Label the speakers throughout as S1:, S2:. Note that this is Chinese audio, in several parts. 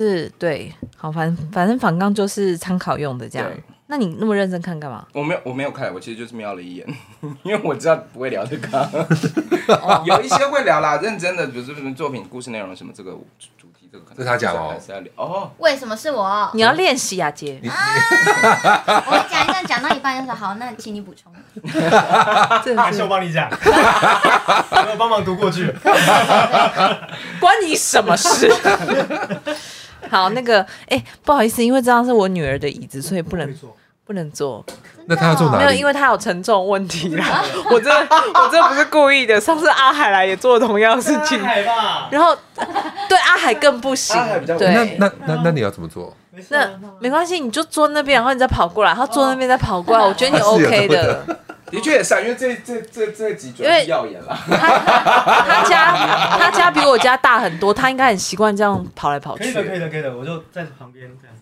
S1: 是对，好，反反正反纲就是参考用的这样
S2: 对。
S1: 那你那么认真看干嘛？
S2: 我没有，我没有看，我其实就是瞄了一眼，因为我知道不会聊这个。有一些会聊啦，认真的，比如说什么作品、故事内容什么，这个主主题这个可能
S3: 这是他讲哦
S2: 还是要聊哦。
S4: 为什么是我？
S1: 你要练习啊，姐，
S4: 我讲一讲，讲到一半就说好，那请你补充。
S1: 真
S5: 还
S1: 的
S5: 是
S1: 是
S5: 我帮你 讲，我帮忙读过去。
S1: 关你什么事？ 好，那个，哎、不好意思，因为这张是我女儿的椅子，所以不 能不能坐。
S3: 那他要做哪
S1: 没有，
S3: 里
S1: 因？为她有沉重问题啦。我这我这不是故意的。上次阿海来也做同样的事情，
S5: 海吧，
S1: 然后对阿海更不行
S2: 阿海比。较
S3: 那
S1: 对，
S3: 那那那你要怎么做？
S5: 没事
S1: 那
S5: 啊，
S1: 没关系，你就坐那边，然后你再跑过来，他坐那边再跑过来，我觉得你 OK 的。
S2: 的确也是啊，因为这这这这几主要
S1: 因为
S2: 是耀眼啦。
S1: 他家他家比我家大很多，他应该很习惯这样跑来跑
S5: 可以的，可以
S1: 去。
S5: 的，可以的，我就在旁边这样。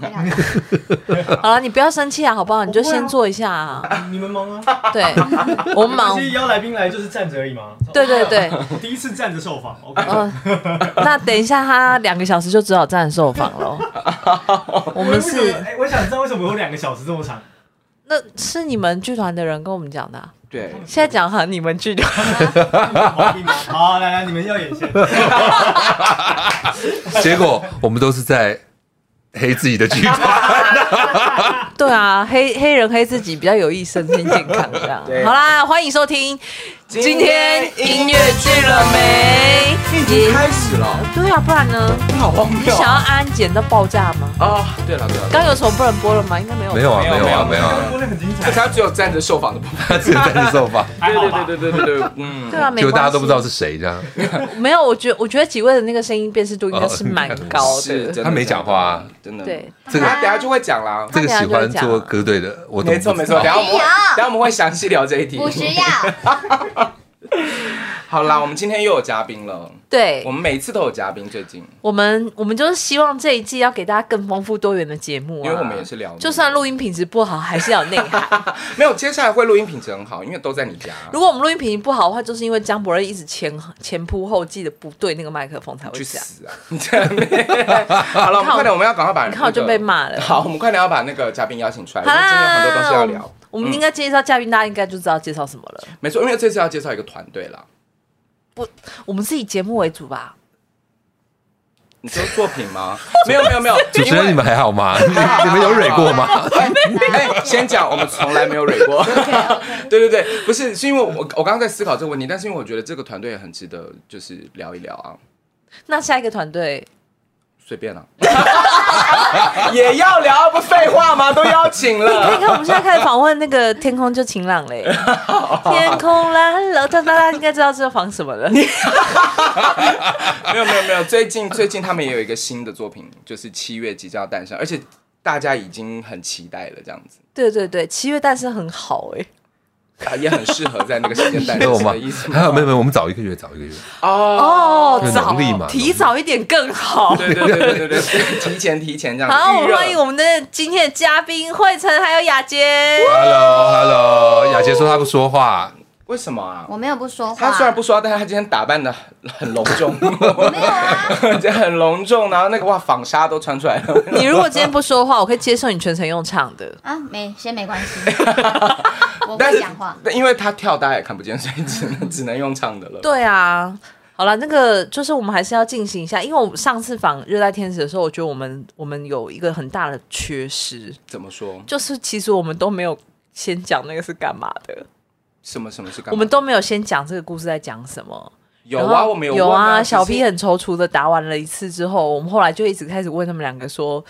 S4: 非常 好
S1: 好了，你不要生气啊，好不好？你就
S5: 我不会啊
S1: 先坐一下啊。
S5: 你们忙啊，
S1: 对，我忙
S5: 其。实邀来宾来就是站着而已嘛。
S1: 对对对，
S5: 我第一次站着受 访，OK。
S1: 嗯、那等一下他两个小时就只好站着受访喽。我们
S5: 为什
S1: 是
S5: 么哎，我想知道为什么有两个小时这么长。
S1: 那是你们剧团的人跟我们讲的啊、
S2: 对，
S1: 现在讲哈你们剧团
S5: 好，来来，你们要演 先。
S3: 结果我们都是在黑自己的剧 团，
S1: 对啊，黑黑人黑自己比较有益身心健康这样。
S2: 对
S1: 好啦，欢迎收听今天音乐剧了
S5: 哎
S1: 没？
S2: 已经开始了，
S1: 对啊，不然呢？
S2: 好荒
S1: 你
S2: 谬
S1: 想要安检到爆炸吗？
S2: 啊！对了对了，
S1: 刚有什么不能播了吗？应该没有。
S3: 没有啊，
S2: 没
S3: 没
S2: 有
S3: 有啊，
S2: 没
S3: 没
S2: 有
S3: 有啊，
S5: 播的很精彩，
S2: 他只有站着受访的部分。
S3: 他只是在这受访，
S5: 还好吧？
S2: 对对对对对对，嗯
S1: 对，啊，没
S3: 结果大家
S1: 关系
S3: 都不知道是谁这样。
S1: 没有，我觉我觉得几位的那个声音辨识度应该是蛮高的。
S2: 是真的
S3: 他没讲话啊
S2: 真的。
S1: 对，，
S3: 这
S2: 他等
S3: 个
S2: 下就会讲啦。
S3: 这个喜欢
S1: 他等下就
S3: 做
S1: 会讲啊
S3: 歌队的，我都
S2: 没错
S3: 不
S2: 没
S3: 知
S2: 错，
S3: 道
S2: 等下我们会
S4: 哎呀
S2: 等下我们会详细聊这一题。
S4: 不需要，
S2: 好啦，我们今天又有嘉宾了。
S1: 对
S2: 我，们每一次都有嘉宾，最近，
S1: 我们我们就是希望这一季要给大家更丰富多元的节目、啊，
S2: 因为我们也是聊，
S1: 就算录音品质不好，还是要有内涵。
S2: 没有，接下来会录音品质很好，因为都在你家。
S1: 如果我们录音品质不好的话，就是因为江博瑞一直前前仆后继的不对那个麦克风才会
S2: 去
S1: 这样。
S2: 死啊！ 你在那边好了，我
S1: 你看
S2: 们
S1: 我
S2: 快点，我们要赶快把、那
S1: 你看我就
S2: 个
S1: 被骂了
S2: 好，我们快点要把那个嘉宾邀请出来，因
S1: 好
S2: 为今天有
S1: 啦，
S2: 很多东西要
S1: 我
S2: 聊
S1: 们。我们应该介绍嘉宾，大家应该就知道介绍什么了。
S2: 没错，因为这次要介绍一个团队啦。
S1: 我们是以节目为主吧？
S2: 你说作品 吗？没有没有没有，
S3: 主持人你
S2: 因为
S3: 们还好吗？你们有蕊过吗？
S2: 哎、先讲，我们从来没有蕊 过。 对对对，不是，是因为我我刚刚在思考这个问题，但是因为我觉得这个团队也很值得，就是聊一聊啊，
S1: 那下一个团队，
S2: 随便 啊，也要聊，不废话吗？都邀请
S1: 你
S2: 了。
S1: 看我们现在开始访问那个天空就晴朗 嘞，天空蓝了，大家应该知道这访什么了。
S2: 没有没有没有，最近最近他们也有一个新的作品，就是七月即将要诞生，而且大家已经很期待了，这样子
S1: 对对对，七月诞生很好哎、
S2: 啊，也很适合在那个时间诞
S3: 没有
S2: 生
S3: 吗
S2: 的意思？吗
S3: 还好没有没有，我们早一个月，早一个月。
S2: 哦，
S1: 哦
S3: 有，
S1: 早
S3: 能力嘛
S1: 提早一点更好。
S2: 对对对 对对对，提前提前这样
S1: 好，我
S2: 预热
S1: 们欢迎我们的今天的嘉宾惠晨还有雅洁。
S3: Hello，Hello，雅洁说她不说话，
S2: 为什么啊？
S4: 我没有不说话。
S2: 他虽然不说，但是他今天打扮的很隆重，
S4: 没有啊，
S2: 这很隆重，然后那个哇纺纱都穿出来了。
S1: 你如果今天不说话，我可以接受你全程用唱的。
S4: 啊没先没关 系，我
S2: 但
S4: 会
S2: 是
S4: 讲话。
S2: 但因为他跳，大家也看不见，所以只能只能用唱的了。
S1: 对啊，好了，那个就是我们还是要进行一下，因为我们上次访热带天使的时候，我觉得我们我们有一个很大的缺失，
S2: 怎么说？
S1: 就是其实我们都没有先讲那个是干嘛的，
S2: 什么什么是干嘛？
S1: 我们都没有先讲这个故事在讲什么。
S2: 有
S1: 然
S2: 啊，
S1: 后
S2: 我们有
S1: 有
S2: 问啊，
S1: 啊，
S2: 只是
S1: 小 P 很踌躇的答完了一次之后，我们后来就一直开始问他们两个说，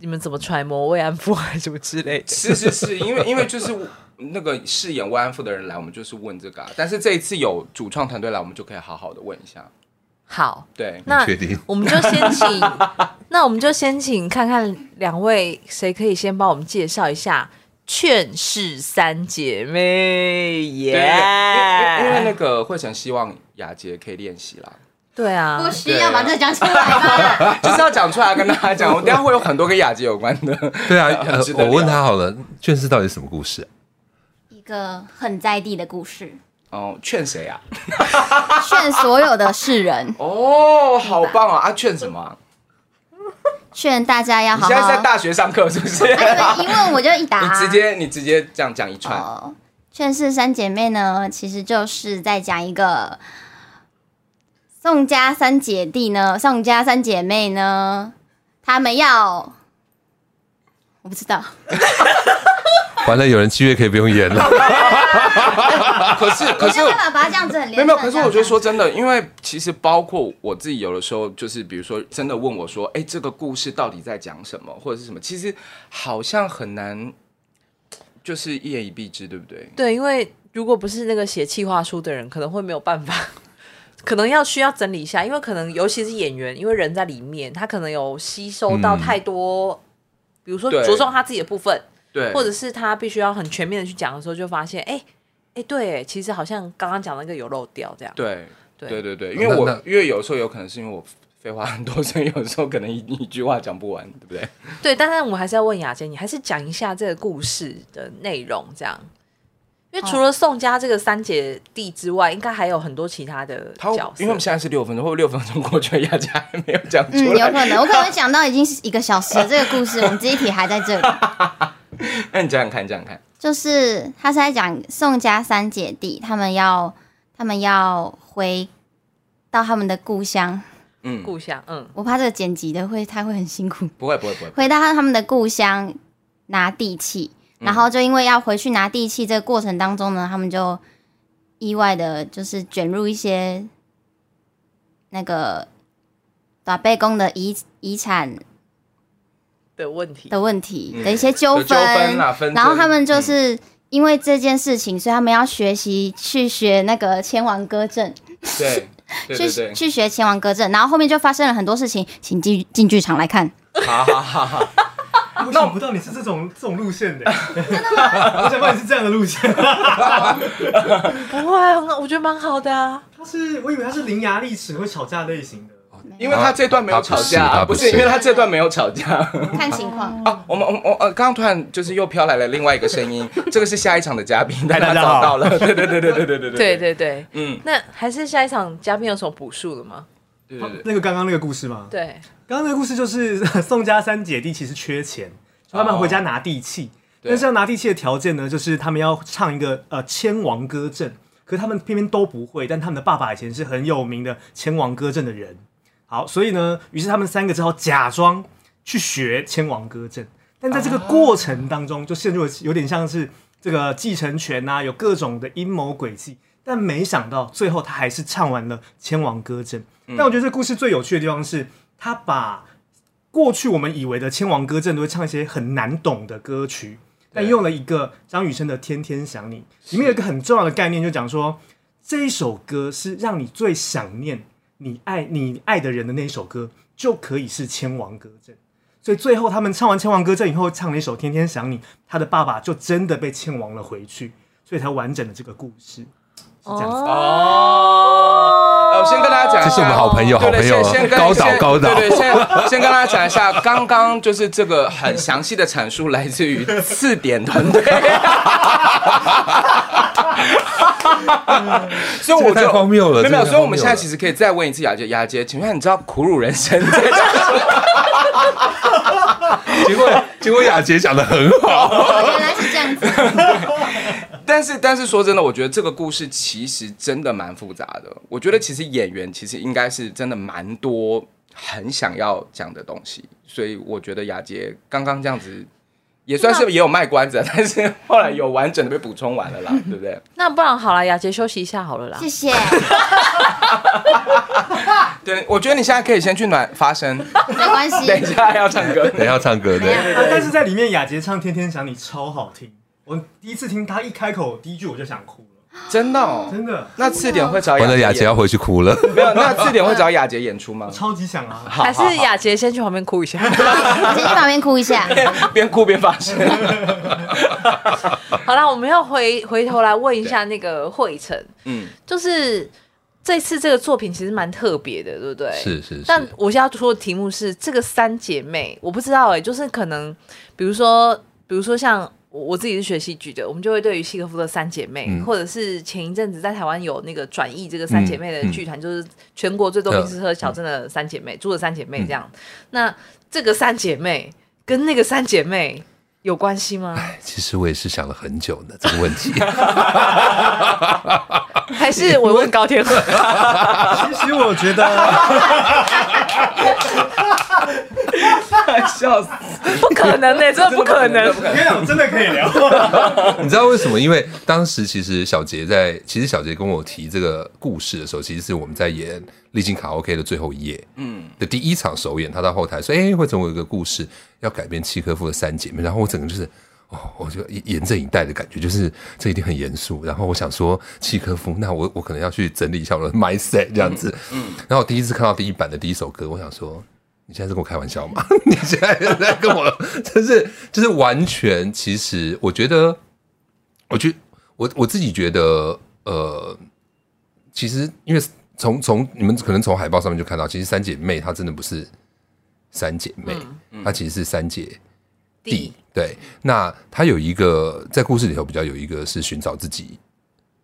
S1: 你们怎么揣摩慰安妇还什么之类的。
S2: 是是是，因为因为就是那个饰演慰安妇的人来，我们就是问这个、啊。但是这一次有主创团队来，我们就可以好好的问一下。
S1: 好，
S2: 对，
S1: 那
S3: 确定
S1: 我们就先 请，那我们就先请看看两位谁可以先帮我们介绍一下《劝世三姐妹》
S2: 对
S1: 耶、
S2: 对对因为因为因为那个惠成希望雅洁可以练习啦，
S1: 对啊
S4: 不，需要把这个讲出来吧？
S2: 就是要讲出来跟大家讲。我等一下会有很多跟雅洁有关的。
S3: 对啊，
S2: 很
S3: 呃
S2: 值得
S3: 我
S2: 聊
S3: 问她好了，卷四到底是什么故事？啊
S4: 一个很在地的故事，
S2: 哦，劝谁啊？
S4: 劝所有的世人，
S2: 哦，好棒哦！啊，劝什么啊？
S4: 劝大家要
S2: 你
S4: 好
S2: 现在是在
S4: 好。
S2: 大学上课是不是？
S4: 哎，你们一问我就一答、
S2: 你直接你直接这样讲一串，
S4: 哦，劝世三姐妹呢，其实就是在讲一个宋家三姐弟呢，宋家三姐妹呢，她们要我不知道，
S3: 完了，有人七月可以不用演了。
S2: 可是可是
S4: 没有办法把它这样子很
S2: 没有
S4: 连
S2: 没
S4: 贯。
S2: 有，可是我觉得说真的，因为其实包括我自己，有的时候就是比如说真的问我说，哎、这个故事到底在讲什么，或者是什么，其实好像很难，就是一言以蔽之，对不对？
S1: 对，因为如果不是那个写企划书的人，可能会没有办法， 可能要需要整理一下，因为可能尤其是演员，因为人在里面，他可能有吸收到
S3: 嗯
S1: 太多，比如说
S2: 对
S1: 着重他自己的部分，
S2: 对，
S1: 或者是他必须要很全面的去讲的时候，就发现，哎、哎、对，哎其实好像刚刚讲的那个有漏掉这样。
S2: 对
S1: 对
S2: 对对对，因为我
S3: 那那
S2: 因为有时候有可能是因为我废话很多，所以有时候可能一一句话讲不完，对不对？
S1: 对，但是我们还是要问雅洁，你还是讲一下这个故事的内容，这样。因为除了宋家这个三姐弟之外，应该还有很多其他的
S2: 他
S1: 角色。
S2: 因为我们现在是六分钟，会不会六分钟过去，亚佳还没有讲
S4: 嗯，
S2: 出
S4: 有
S2: 来？
S4: 可能，我可能讲到已经是一个小时了，这个故事，我们这一题还在这里。
S2: 那你讲讲看，讲讲看。
S4: 就是他是在讲宋家三姐弟，他们要他们要回到他们的故乡。
S2: 嗯，
S1: 故乡，嗯，
S4: 我怕这个剪辑的会他会很辛苦，
S2: 不会不会不会，
S4: 回到他们的故乡拿地契，
S2: 嗯
S4: 然后就因为要回去拿地契这个过程当中呢，他们就意外的就是卷入一些那个打背公的遗遗产
S1: 的问题。
S4: 的问题
S2: 嗯
S4: 的一些纠
S2: 有
S4: 纷，
S2: 纠纷啦纷争
S4: 然后他们就是因为这件事情，所以他们要学习去学那个千王歌阵，
S2: 对对对
S4: 去
S2: 对，
S4: 去学千王歌阵，然后后面就发生了很多事情，请进进剧场来看。
S2: 好好 好好。
S5: 我想不到你是这种这种路线的，真的吗？我想不到你是这样的路 线。
S1: 不会啊，我觉得蛮好的啊。
S5: 他是，我以为他是伶牙俐齿会吵架类型的。
S2: 因为他这段没有吵
S3: 他
S2: 架，
S3: 他不
S2: 不
S3: 是
S2: 是
S3: 他不是
S2: 因为他这段没有吵架。
S4: 看情况，
S2: 啊，我们我们我呃，刚刚突然就是又飘来了另外一个声音，这个是下一场的嘉宾，大家
S5: 大家
S2: 找
S5: 好
S2: 到了。 对对对对对对对
S1: 对对对，
S2: 嗯，
S1: 那还是下一场嘉宾有什么补述的吗？
S2: 对对对，
S5: 那个刚刚那个故事吗？
S1: 对，
S5: 刚刚那个故事就是 宋家三姐弟其实缺钱，所以他们
S2: 哦
S5: 回家拿地契。
S2: 对
S5: 但是要拿地契的条件呢，就是他们要唱一个呃千王歌阵，可是他们偏偏都不会。但他们的爸爸以前是很有名的千王歌阵的人，好，所以呢，于是他们三个只好假装去学千王歌阵。但在这个过程当中，就陷入了有点像是这个继承权啊，有各种的阴谋诡计。但没想到最后他还是唱完了千王歌阵。但我觉得这故事最有趣的地方是，他把过去我们以为的千王歌阵都会唱一些很难懂的歌曲，但用了一个张雨生的《天天想你》，里面有一个很重要的概念，就讲说这一首歌是让你最想念你爱你爱的人的那一首歌，就可以是千王歌阵。所以最后他们唱完《千王歌阵》以后，唱了一首《天天想你》，他的爸爸就真的被千王了回去，所以才完整了这个故事。是这样子，
S1: 哦
S2: 呃我先跟大家讲一下
S3: 这是我们好朋友，好
S2: 对对
S3: 朋友
S2: 先先，跟
S3: 高岛
S2: 先
S3: 高岛，
S2: 对对，先先跟大家讲一下，刚刚就是这个很详细的阐述来自于字典团队， 所以我
S3: 嗯这个太
S2: 就
S3: 荒谬了
S2: 没有没有，
S3: 这个太荒谬了
S2: 所以我们现在其实可以再问一次雅洁，雅洁，请问你知道苦辱人生在讲什么？
S3: 结果结果雅洁讲的很好，
S4: 哦，原来是这样子。
S2: 但是但是说真的，我觉得这个故事其实真的蛮复杂的。我觉得其实演员其实应该是真的蛮多很想要讲的东西，所以我觉得雅洁刚刚这样子。也算是也有卖关子，但是后来有完整的被补充完了 啦，对不对？
S1: 那不然好了，雅洁休息一下好了啦
S4: 谢。谢。
S2: 对，我觉得你现在可以先去暖 发声，
S4: 没关系，
S2: 等一下要唱歌。
S3: 等一下唱歌的，
S1: 哎
S5: 啊但是在里面雅洁唱《天天想你》超好听，我第一次听她一开口第一句我就想哭了，
S2: 真的、哦，
S5: 真的，
S2: 那次点会找
S3: 完
S2: 雅
S3: 了
S2: 洁
S3: 雅洁
S2: 演
S3: 要回去哭了。
S2: 没有？那次点会找雅洁演出吗？
S5: 超级想啊！
S2: 好
S1: 还
S2: 好好
S1: 是雅洁先去旁边哭一 下。
S4: 我先去旁边哭一下。
S1: 啊
S2: 边哭边发声。
S1: 好了，我们要回回头来问一下那个惠成，
S2: 嗯，
S1: 就是这次这个作品其实蛮特别的，对不对？
S3: 是是
S1: 但
S3: 是，
S1: 我现在说的欸题目是这个三姐妹，我不知道哎、就是可能，比如说，比如说像我我自己是学戏剧的，我们就会对于契诃夫的三姐妹，
S3: 嗯
S1: 或者是前一阵子在台湾有那个转译这个三姐妹的剧团，就是全国最多密室和小镇的三姐妹，住的三姐妹这样。
S3: 嗯
S1: 那这个三姐妹跟那个三姐妹有关系吗？
S3: 其实我也是想了很久呢这个问题。
S1: 还是我问高天鹤？
S5: 其实我觉 得，
S2: 笑死，
S1: 不可能呢、真的不可能。
S5: 我跟你讲，真的可以聊。
S3: 你知道为什么？因为当时其实小杰在，其实小杰跟我提这个故事的时候，其实是我们在演《历经卡拉 OK》的最后一夜，嗯，的第一场首演，他到后台说：“哎、会怎么有一个故事要改变契诃夫的三姐妹？”然后我整个就是。哦，我就严阵以待的感觉，就是这一定很严肃。然后我想说，契诃夫，那我我可能要去整理一下我的 mindset 这样子。嗯，然后我第一次看到第一版的第一首歌，我想说， 你现在是跟我开玩笑吗？你现在是在跟我， 就是就是完全，其实我觉得我觉我我自己觉得，呃，其实因为从从你们可能从海报上面就看到，其实三姐妹她真的不是三姐妹，她其实是三姐弟。对，那她有一个在故事里头比较有一个是寻找自己，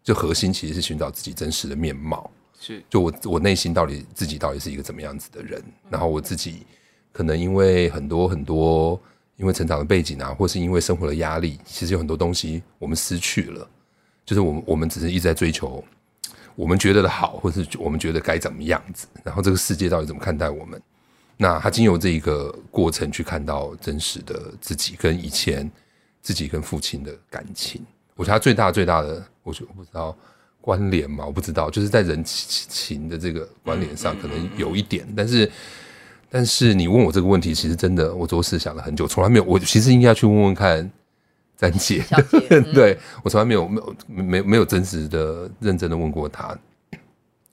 S3: 就核心其实是寻找自己真实的面貌。
S2: 是
S3: 就我我内心到底自己到底是一个怎么样子的人，然后我自己可能因为很多很多，因为成长的背景啊，或是因为生活的压力，其实有很多东西我们失去了，就是我们我们只是一直在追求我们觉得的好，或是我们觉得该怎么样子，然后这个世界到底怎么看待我们？那他经由这一个过程去看到真实的自己跟以前自己跟父亲的感情，我觉得他最大最大的，我觉得我不知道关联嘛，我不知道，就是在人情情的这个关
S2: 嗯
S3: 联上可能有一点，但是但是你问我这个问题，其实真的我着实想了很久，从来没有，我其实应该去问问看詹姐，
S1: 小姐
S2: 嗯
S3: 对我从来没有没有没有没有真实的认真的问过他。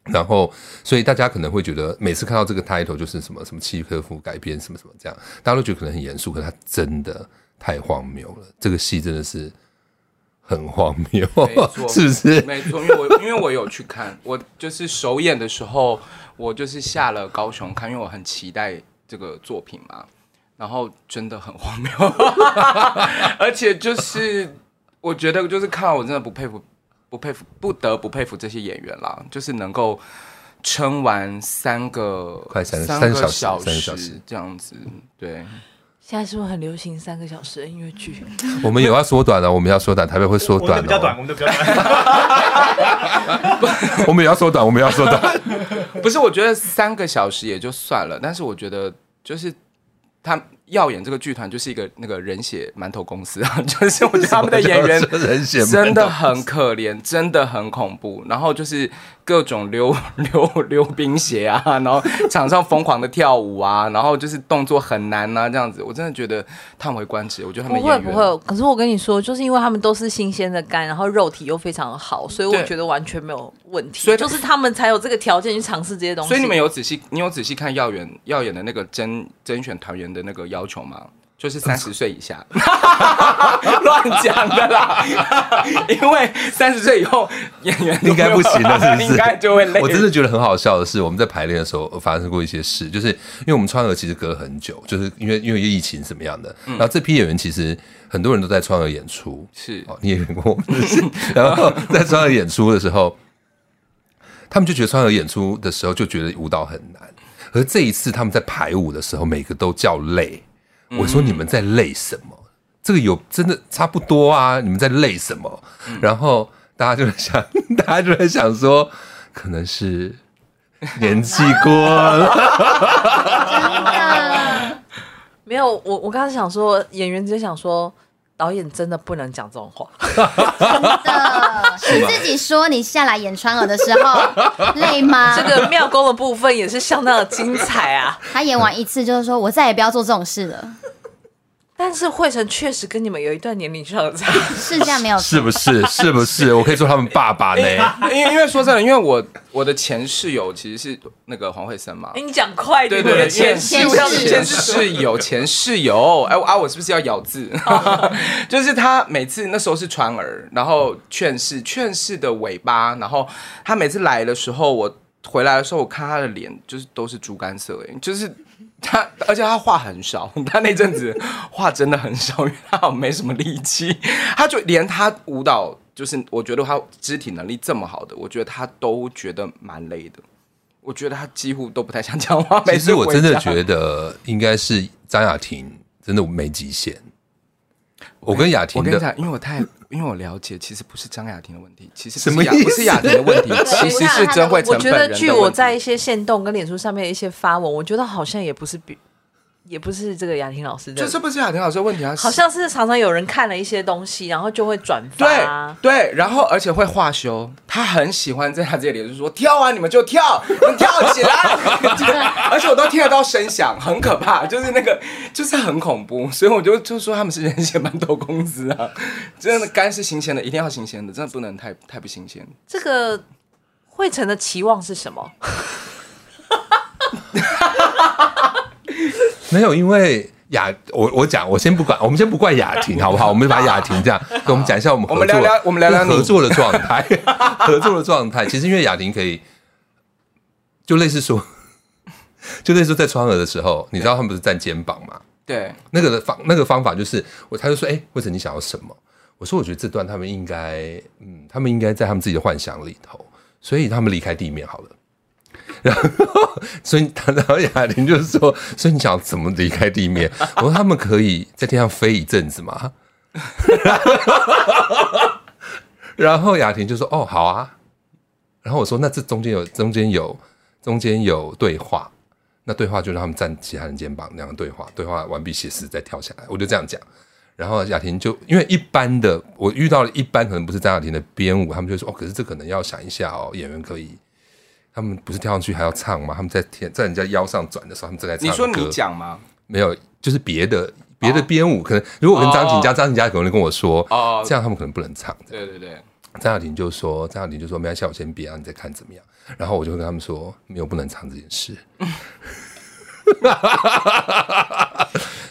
S3: 然后，所以大家可能会觉得，每次看到这个 title 就是什么什么契诃夫改编什么什么这样，大家都觉得可能很严肃，可是它真的太荒谬了。这个戏真的是很荒谬
S2: 没错，，
S3: 是不是？
S2: 没错，因为我因为我有去看，我就是首演的时候，我就是下了高雄看，因为我很期待这个作品嘛。然后真的很荒谬， 而且就是我觉得就是看完我真的不佩服，不佩服，不得不佩服这些演员啦，就是能够撑完三个
S3: 快三
S2: 三
S3: 三
S2: 个
S3: 小时
S2: 小
S3: 三个小时
S2: 这样子，对，
S1: 现在是不是很流行三个小时的音乐剧？
S3: 我们有要缩短了，我们要缩短，台北会缩
S5: 我们
S3: 短
S5: 的比较短，
S3: 哦，
S5: 我们的比较短。
S3: 我们也要缩短，我们也要缩短。
S2: 不是，我觉得三个小时也就算了，但是我觉得就是他耀眼这个剧团就是一个那个人血馒头公司啊， 就是我觉得他们的演员
S3: 人血馒头
S2: 真的很可怜，真的很恐怖。然后就是各种 溜溜溜冰鞋啊，然后场上疯狂的跳舞啊，然后就是动作很难啊，这样子，我真的觉得叹为观止。我觉得他
S1: 不
S2: 们
S1: 会
S2: 演
S1: 不
S2: 员
S1: 会，可是我跟你说，就是因为他们都是新鲜的肝，然后肉体又非常好，所以我
S2: 对
S1: 觉得完全没有问题。
S2: 所以
S1: 就是他们才有这个条件去尝试这些东西。
S2: 所以你们有仔细，你有仔细看耀眼耀眼的那个甄甄选团员的那个要求吗？就是三十岁以下， 乱讲的啦。 因为三十岁以后演员都
S3: 应该不行了，是不是？
S2: 应该就会累。
S3: 我真的觉得很好笑的是，我们在排练的时候呃发生过一些事，就是因为我们川俄其实隔了很久，就是因为因为疫情怎么样的，然后这批演员其实很多人都在川俄演出，
S2: 是
S3: 哦，你也演过我们 的戏，然后在川俄演出的时候，他们就觉得川俄演出的时候就觉得舞蹈很难，而这一次他们在排舞的时候，每个都叫累。我说你们在累什么？这个有真的差不多啊，你们在累什么？ 然后大家就在想，大家就在想说，可能是年纪过了，
S1: 没有？我我刚刚想说，演员直接想说，导演真的不能讲这种 话。
S4: 真的，你自己说你下来演川儿的时 候累吗
S1: 这？个妙公的部分也是相当的精彩啊。
S4: 他演完一次就是说，我再也不要做这种事了，
S1: 但是惠成确实跟你们有一段年龄上的差，
S4: 是这样没有错。
S3: 是不是？是不是？我可以做他们爸爸呢？
S2: 因为因为说真的，因为我我的前室友其实是那个黄慧生嘛。
S1: 你讲快一
S2: 对
S1: 点，
S2: 对
S1: 我
S2: 对，
S1: 的
S2: 前
S1: 前世
S2: 室
S4: 前
S1: 我要
S4: 世
S1: 前
S2: 前
S1: 世。
S2: 室 友前室友，哎我啊，我是不是要咬字？ 就是他每次那时候是川儿，然后劝世劝世的尾巴，然后他每次来的时候，我回来的时候，我看他的脸就是都是猪肝色，哎，就是他而且他话很少， 他那阵子话真的很少，因为他好像没什么力气， 他就连他舞蹈，就是我觉得他肢体能力这么好的，我觉得他都觉得蛮累的。我觉得他几乎都不太想讲话。
S3: 其实我真的
S2: 得
S3: 觉得应该是张雅婷真的没极限。我跟雅婷
S2: 我跟你
S3: 的
S2: 讲，因为我太因为我了解，其实不是张雅婷的问题，其实
S3: 什
S2: 不
S3: 么
S2: 是雅
S3: 意思
S2: 不是雅婷 的问题，其实是真会
S1: 我
S2: 成本
S1: 觉
S2: 人的
S1: 得
S2: 问题。
S1: 据我在一些线动跟脸书上面的一些发文，我觉得好像也不是比，也不是这个雅婷老师的，
S2: 就这不是雅婷老师的问题啊，
S1: 好像是常常有人看了一些东西，然后就会转发。
S2: 对对，然后而且会画修，他很喜欢在他自己的脸书说跳啊，你们就跳， 你们跳起来， 就是而且我都听得到声响，很可怕，就是那个就是很恐怖，所以我就就说他们是人血馒头公司啊，真的肝是新鲜的，一定要新鲜的，真的不能太太不新鲜。
S1: 这个惠成的期望是什么？
S3: 没有，因为雅我我讲，我先不管，我们先不怪雅 婷好不好？我们把雅婷这样，跟我们讲一下我们合作，
S2: 我们聊聊我们聊聊你
S3: 合作的状态， 合作的状态。其实因为雅婷可以，就类似说， 就类似说在川河的时候，你知道他们不是站肩膀嘛？
S2: 对，
S3: 那个的方那个方法就是我，他就说，哎、或者你想要什么？我说，我觉得这段他们应该，嗯，他们应该在他们自己的幻想里头，所以他们离开地面好了。然后，所以他然后雅玲就是说，所以你想要怎么离开地面？我说他们可以在天上飞一阵子嘛。然后雅婷就说：“哦，好啊。”然后我说：“那这中间有中间有中间有对话，那对话就让他们站其他人肩膀那样对话，对话完毕写诗再跳下来，我就这样讲。然后雅婷就因为一般的我遇到了一般可能不是张雅婷的编舞，他们就说哦，可是这可能要想一下哦，演员可以，他们不是跳上去还要唱吗？他们在天在人家腰上转的时候，他们正在唱
S2: 你说
S3: 歌
S2: 你讲吗？
S3: 没有，就是别的别的编舞，可能如果跟张婷家，张婷家可能会跟我说，
S2: 哦
S3: 这样他们可能不能唱。
S2: 对对对，
S3: 张雅婷就说，张雅婷就说没关系，我先别，啊然后你再看怎么样。然后我就跟他们说，没有不能唱这件事。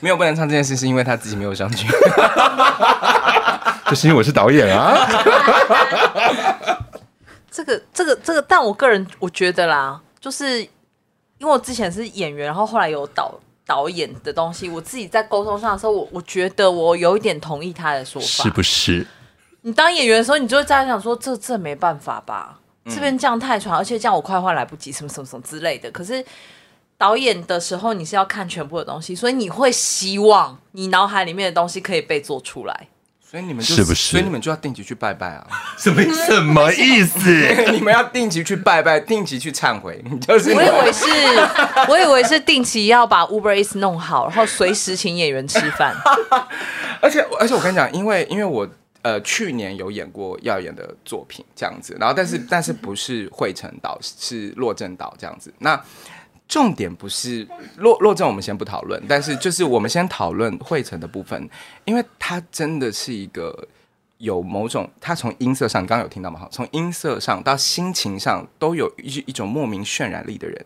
S2: 没有不能唱这件事，是因为他自己没有上去。
S3: 就是因为我是导演啊，
S1: 这个这个这个，但我个人我觉得啦，就是因为我之前是演员，然后后来有导导演的东西，我自己在沟通上的时候，我我觉得我有一点同意他的说法。
S3: 是不是？
S1: 你当演员的时候，你就会在想说，这这没办法吧，这边这样太喘，而且这样我快换来不及，什么什么什么之类的。可是导演的时候，你是要看全部的东西，所以你会希望你脑海里面的东西可以被做出来。
S2: 所以你们就是
S3: 不是
S2: 所以你们就要定期去拜拜啊！
S3: 什么什么意思？
S2: 你们要定期去拜拜，定期去忏悔， 就是你
S1: 我
S2: 们
S1: 以为是， 我以为是定期要把 Uber Eats 弄好，然后随时请演员吃饭。
S2: 而且而且我跟你讲，因为因为我呃去年有演过耀眼的作品这样子，然后但是但是不是惠成岛，是洛正岛这样子。那重点不是洛洛正，我们先不讨论，但是就是我们先讨论惠成的部分，因为他真的是一个。有某种，他从音色上，你刚刚有听到吗？哈，从音色上到心情上，都有一一种莫名渲染力的人。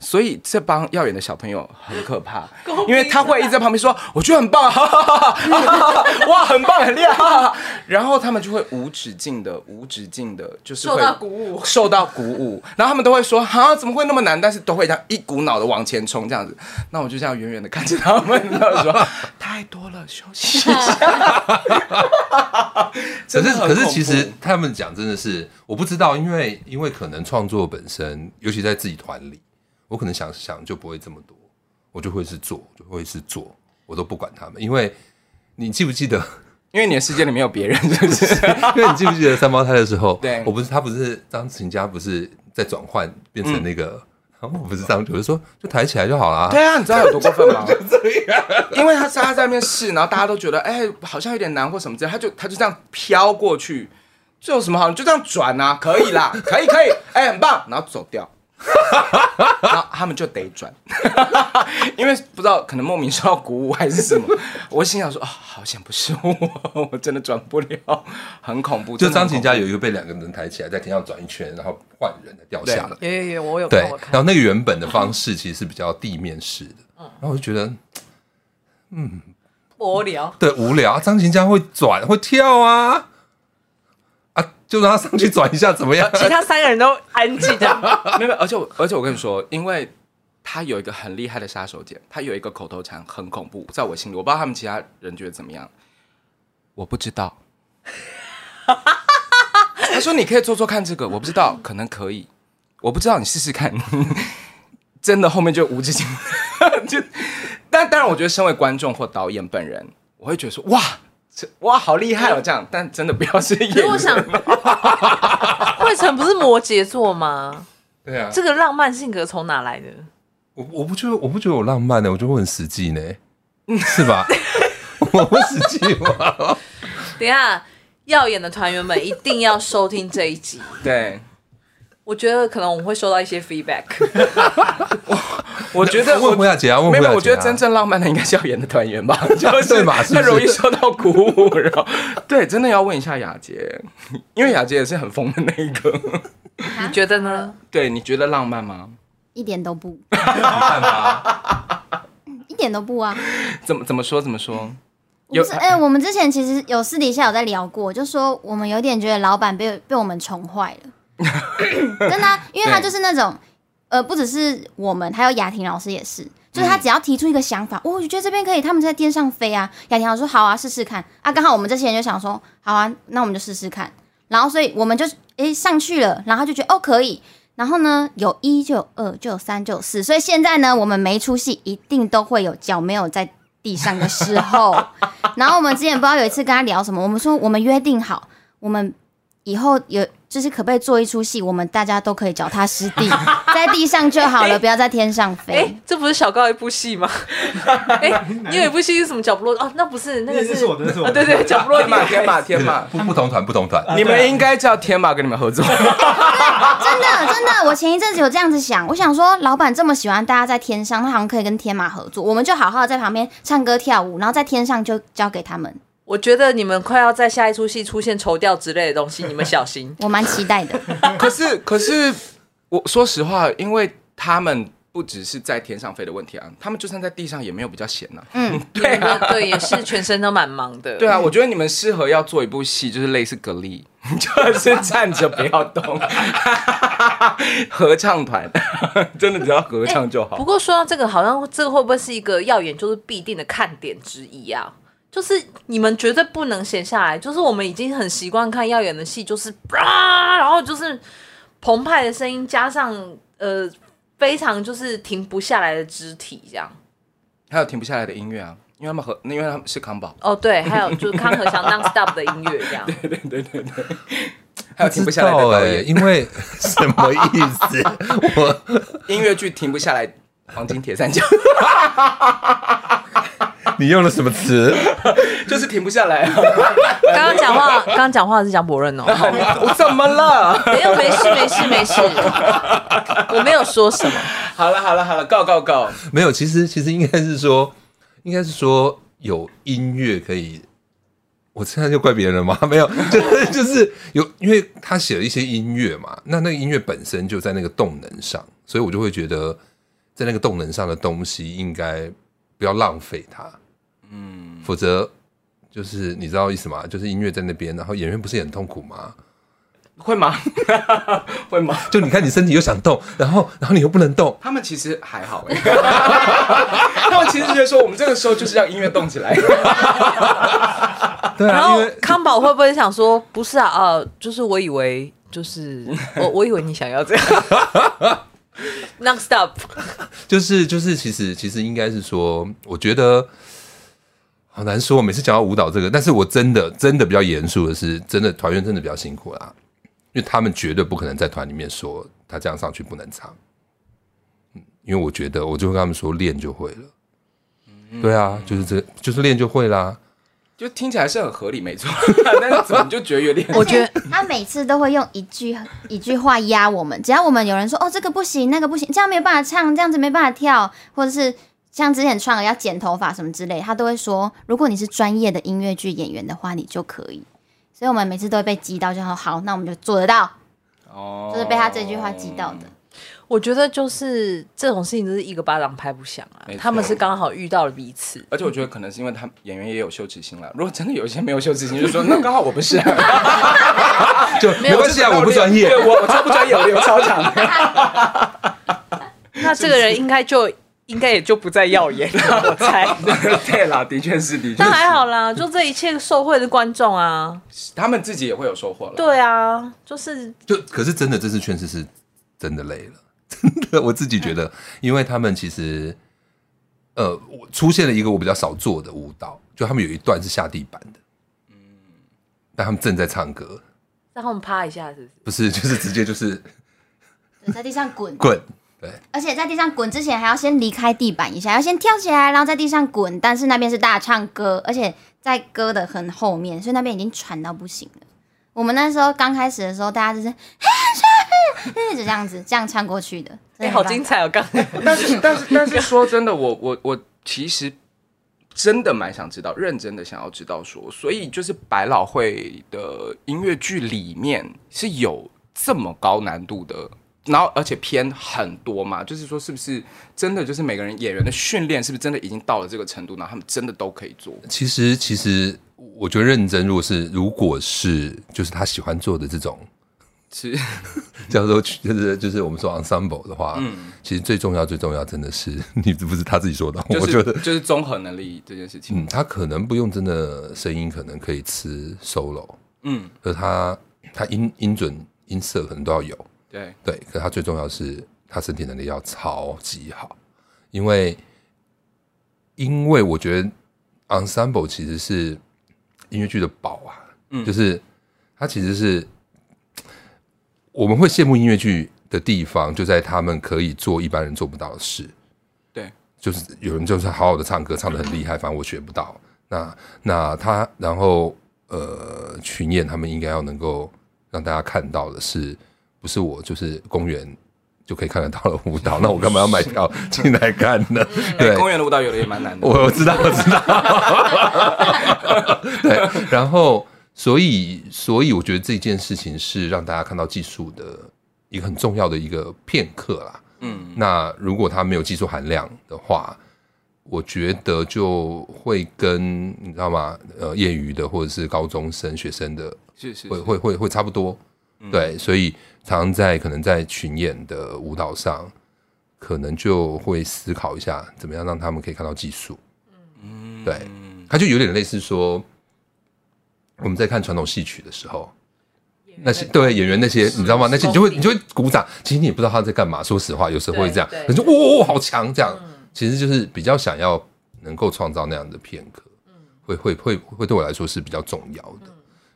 S2: 所以这帮耀眼的小朋友很可怕，
S1: 啊
S2: 因为他会一直在旁边说：“我觉得很棒，哈 哈哈哈哈哈，哇，很棒，很厉害。哈哈”然后他们就会无止境的、无止境的，就是会
S1: 受到鼓舞
S2: 受到鼓舞。然后他们都会说：“啊，怎么会那么难？”但是都会这样一股脑的往前冲，这样子。那我就这样远远的看着他们，然后说：“太多了，休息一下。
S3: 可
S2: 真的
S3: 是
S2: 很恐怖”
S3: 可是，其实他们讲真的是，我不知道，因为因为可能创作本身，尤其在自己团里，我可能想想就不会这么多，我就会是做，就会是做，我都不管他们，因为你记不记得？
S2: 因为你的世界里没有别人，是不是？
S3: 因为你记不记得三胞胎的时候，
S2: 对
S3: 我不是他不是张琴家不是在转换变成那个，我不是张，我就说就抬起来就好啦。
S2: 嗯对啊，你知道有多过分吗？因为他是他在那边试，然后大家都觉得哎、好像有点难或什么之类，他就他就这样飘过去，这有什么好？你就这样转啊，可以啦，可以可以，哎、很棒，然后走掉。 然后他们就得转， 因为不知道可能莫名受到鼓舞还是什么，我心想说啊、好险不是我，我真的转不了，很恐怖。
S3: 就
S2: 真的很
S3: 张琴
S2: 恐
S3: 家
S2: 怖
S3: 有一个被两个人抬起来，在天上转一圈，然后换人再掉下来。
S1: 有有有，我有
S3: 对
S1: 看，我
S3: 然后
S1: 看。
S3: 那个原本的方式其实是比较地面式的，
S2: 嗯
S3: 然后我就觉得
S1: 无聊，
S3: 对无聊，啊张琴家会转会跳啊，啊，就让他上去转一下怎么样？
S1: 其他三个人都安静的。
S2: 没有，没有而且我而且我跟你说，因为他有一个很厉害的杀手锏，他有一个口头禅很恐怖，在我心里，我不知道他们其他人觉得怎么样，我不知道。 他说你可以做做看这个，我不知道，可能可以，我不知道，你试试看。 真的后面就无止境， 就但当然，我觉得身为观众或导演本人，我会觉得说哇，这哇好厉害哦这样，但真的不要是演
S1: 可是我
S2: 员。
S1: 想，惠成不是摩羯座吗？
S3: 对啊，
S1: 这个浪漫性格从哪来的？
S3: 我我不觉得我不觉得我浪漫呢、我觉得我很实际呢、
S2: 嗯
S3: 是吧？ 我不实际吗？
S1: 等一下，耀眼的团员们一定要收听这一集。
S2: 对，
S1: 我觉得可能我们会收到一些 feedback。
S2: 我觉得
S3: 问胡
S2: 我。
S3: 雅姐啊，问
S2: 没有，
S3: 胡
S2: 没
S3: 雅
S2: 有
S3: 姐、
S2: 我觉
S3: 啊，
S2: 得真正浪漫的应该是耀眼的团员 吧，就
S3: 对
S2: 是
S3: 嘛是不
S2: 他
S3: 是
S2: 容易受到鼓舞，然后 对，真的要问一下雅洁，因为雅洁也是很疯的那一个。
S1: 你觉得呢？
S2: 对，你觉得浪漫吗？
S4: 一点都不，
S3: 看
S2: 啊
S3: 吧，
S4: 一点都不啊！
S2: 怎么怎么说？怎么说？呃
S4: 不是，哎、我们之前其实有私底下有在聊过，就说我们有点觉得老板被被我们宠坏了，真的啊、因为他就是那种，呃，不只是我们，还有雅婷老师也是，就是他只要提出一个想法，哦，我觉得这边可以，他们在天上飞啊，雅婷老师说好啊，试试看啊，刚好我们这些人就想说，好啊，那我们就试试看，然后所以我们就哎上去了，然后他就觉得哦可以。然后呢，有一就有二，就有三，就有四，所以现在呢，我们每一出戏一定都会有脚没有在地上的时候， 然后我们之前不知道有一次跟他聊什么，我们说我们约定好，我们以后有就是可不可以做一出戏，我们大家都可以脚踏实地，在地上就好了，不要在天上飞。
S1: 哎、这不是小高一部戏吗？哎、你有一部戏是什么脚不落？哦，那不是，那个
S5: 那是我的那是我的
S1: 啊对对，脚
S4: 呃
S1: 不落
S2: 天
S1: 地。
S2: 马天马天 马，
S3: 不不同团不同团，
S2: 你们应该叫天马跟你们合作。
S4: 真的真的，我前一阵子有这样子想，我想说，老板这么喜欢大家在天上，他好像可以跟天马合作，我们就好好地在旁边唱歌跳舞，然后在天上就交给他们，。
S1: 我觉得你们快要在下一出戏出现抽调之类的东西，你们小心
S4: 我蛮期待的。
S2: 可是可是，我说实话，因为他们不只是在天上飞的问题啊，他们就算在地上也没有比较闲呐、
S4: 嗯，
S1: 对啊，对，也是全身都蛮忙的。
S2: 对啊，我觉得你们适合要做一部戏，就是类似格力， 就是站着不要动， 合唱团， 真的只要合唱就
S1: 哎不
S2: 好。
S1: 过说到这个，好像这个会不会是一个耀眼就是必定的看点之一啊？就是你们绝对不能闲下来，就是我们已经很习惯看耀眼的戏，就是啊，然后就是澎湃的声音加上呃非常就是停不下来的肢体这样。
S2: 还有停不下来的音乐啊，因为他们合，因为他们是康宝，
S1: 哦，对，还有就是康和祥 non stop 的音乐这样。
S2: 还有停不
S3: 知
S2: 下来的
S3: 道
S2: 导
S3: 哎、
S2: 演，
S3: 因为 什么意思？我
S2: 音乐剧停不下来，黄金铁三角
S3: 你用了什么词？
S2: 就是停不下来啊。
S1: 刚刚讲话，刚刚讲话是蒋博任哦，
S2: 我怎么了？
S1: 没有，没事，没事，没事，我没有说什么。
S2: 好了好了好了，Go Go Go！
S3: 没有，其实其实应该是说，应该是说有音乐可以。我现在就怪别人了吗？ 没有，就是就是有，因为他写了一些音乐嘛，那那个音乐本身就在那个动能上，所以我就会觉得，在那个动能上的东西应该不要浪费它，嗯，否则就是你知道意思吗？就是音乐在那边，然后演员不是也很痛苦吗？
S2: 会吗？ 会吗？
S3: 就你看你身体又想动，然后然后你又不能动，
S2: 他们其实还好哎、 他们其实觉得说我们这个时候就是要音乐动起来。
S3: 对
S1: 然
S3: 啊，
S1: 后
S3: 因为
S1: 康宝会不会想说，不是啊，呃，就是我以为，就是 我我以为你想要这样 ，non stop，
S3: 就是就是，其实其实应该是说，我觉得好难说。每次讲到舞蹈这个，但是我真的真的比较严肃的是，真的团员真的比较辛苦啦，因为他们绝对不可能在团里面说他这样上去不能唱。嗯，因为我觉得我就会跟他们说练就会了。对啊，就是这，就是练就会啦。
S2: 就听起来是很合理，没错， 但是怎么就觉得有点……
S1: 我觉得
S4: 而且他每次都会用一句一句话压我们，只要我们有人说哦这个不行那个不行，这样没有办法唱，这样子没办法跳，或者是像之前创了要剪头发什么之类，他都会说如果你是专业的音乐剧演员的话，你就可以。所以我们每次都会被击到，就说好，那我们就做得到，
S2: 哦
S4: 就是被他这句话击到的。。
S1: 我觉得就是这种事情，就是一个巴掌拍不响啊
S2: 没。错
S1: 他们是刚好遇到了彼此，
S2: 而且我觉得可能是因为他演员也有羞耻心了。如果真的有一些没有羞耻心，就说那刚好我不 是、啊，
S3: 就没关系啊，我不专业。
S2: 对我我超不专业，我流超长。
S1: 那这个人应该就应该也就不再耀眼 了，我猜。
S2: 对啦，的确是，的 确
S1: 但还
S2: 是，
S1: 好啦，就这一切受贿的观众啊，
S2: 他们自己也会有收获 了。
S1: 对啊，就是
S3: 就可是真的这次劝世是真的累了， 真的我自己觉
S2: 嗯
S3: 得，因为他们其实呃我出现了一个我比较少做的舞蹈，就他们有一段是下地板的，
S2: 嗯
S3: 但他们正在唱歌，
S1: 让他们趴一下，是不是？
S3: 不是就是直 接就是，
S4: 对在地上滚
S3: 滚，对，
S4: 而且在地上滚之前还要先离开地板一下，要先跳起来，然后在地上滚。但是那边是大唱歌，而且在歌的很后面，所以那边已经喘到不行了。我们那时候刚开始的时候，大家就是就这样子这样唱过去的，
S1: 哎、
S4: 真的
S1: 好
S4: 很
S1: 精彩哦！刚才
S2: 但是但是但是说真的，我我我其实真的蛮想知道，认真的想要知道说，所以就是百老汇的音乐剧里面是有这么高难度的。然后，而且偏很多嘛，就是说，是不是真的就是每个人演员的训练，是不是真的已经到了这个程度？然后他们真的都可以做，
S3: 其实，其实我觉得认真，如果是如果是就是他喜欢做的这种
S2: 是
S3: 叫做就是就是我们说 ensemble 的话，
S2: 嗯
S3: 其实最重要最重要真的是 你不是他自己说的，
S2: 就
S3: 我
S2: 是
S3: 觉得，
S2: 就是综合能力这件事情。
S3: 嗯，他可能不用真的声音，可能可以吃 solo，
S2: 嗯，
S3: 可他他音音准音色可能都要有，
S2: 对，
S3: 对，可他最重要是他身体能力要超级好，因为因为我觉得 ensemble 其实是音乐剧的宝啊，嗯，就是它其实是我们会羡慕音乐剧的地方，就在他们可以做一般人做不到的事，
S2: 对，
S3: 就是有人就是好好的唱歌，唱的很厉害，反正我学不到。那那他，然后呃，群演他们应该要能够让大家看到的是，不是我就是公园就可以看得到的舞 蹈？那我干嘛要买票进来看呢？对，
S2: 公园的舞蹈有的也蛮难的。嗯
S3: 我我知道，我知道。 对，然后所以所以我觉得这件事情是让大家看到技术的一个很重要的一个片刻啦。嗯，那如果它没有技术含量的话，我觉得就会跟你知道吗？呃，业余的或者是高中生学生的
S2: 是是嗯
S3: 会
S2: 是
S3: 会会会差不多。对，所以常常在可能在群演的舞蹈上，可能就会思考一下，怎么样让他们可以看到技术。嗯，对，它就有点类似说，我们在看传统戏曲的时候，那些对演员那些，你知道吗？那些你就会你就会鼓掌，其实你也不知道他在干嘛。说实话，有时候会这样
S1: 对，对嗯
S3: 你就哦哦好强这样，其实就是比较想要能够创造那样的片刻，会会会会对我来说是比较重要
S1: 嗯
S3: 的。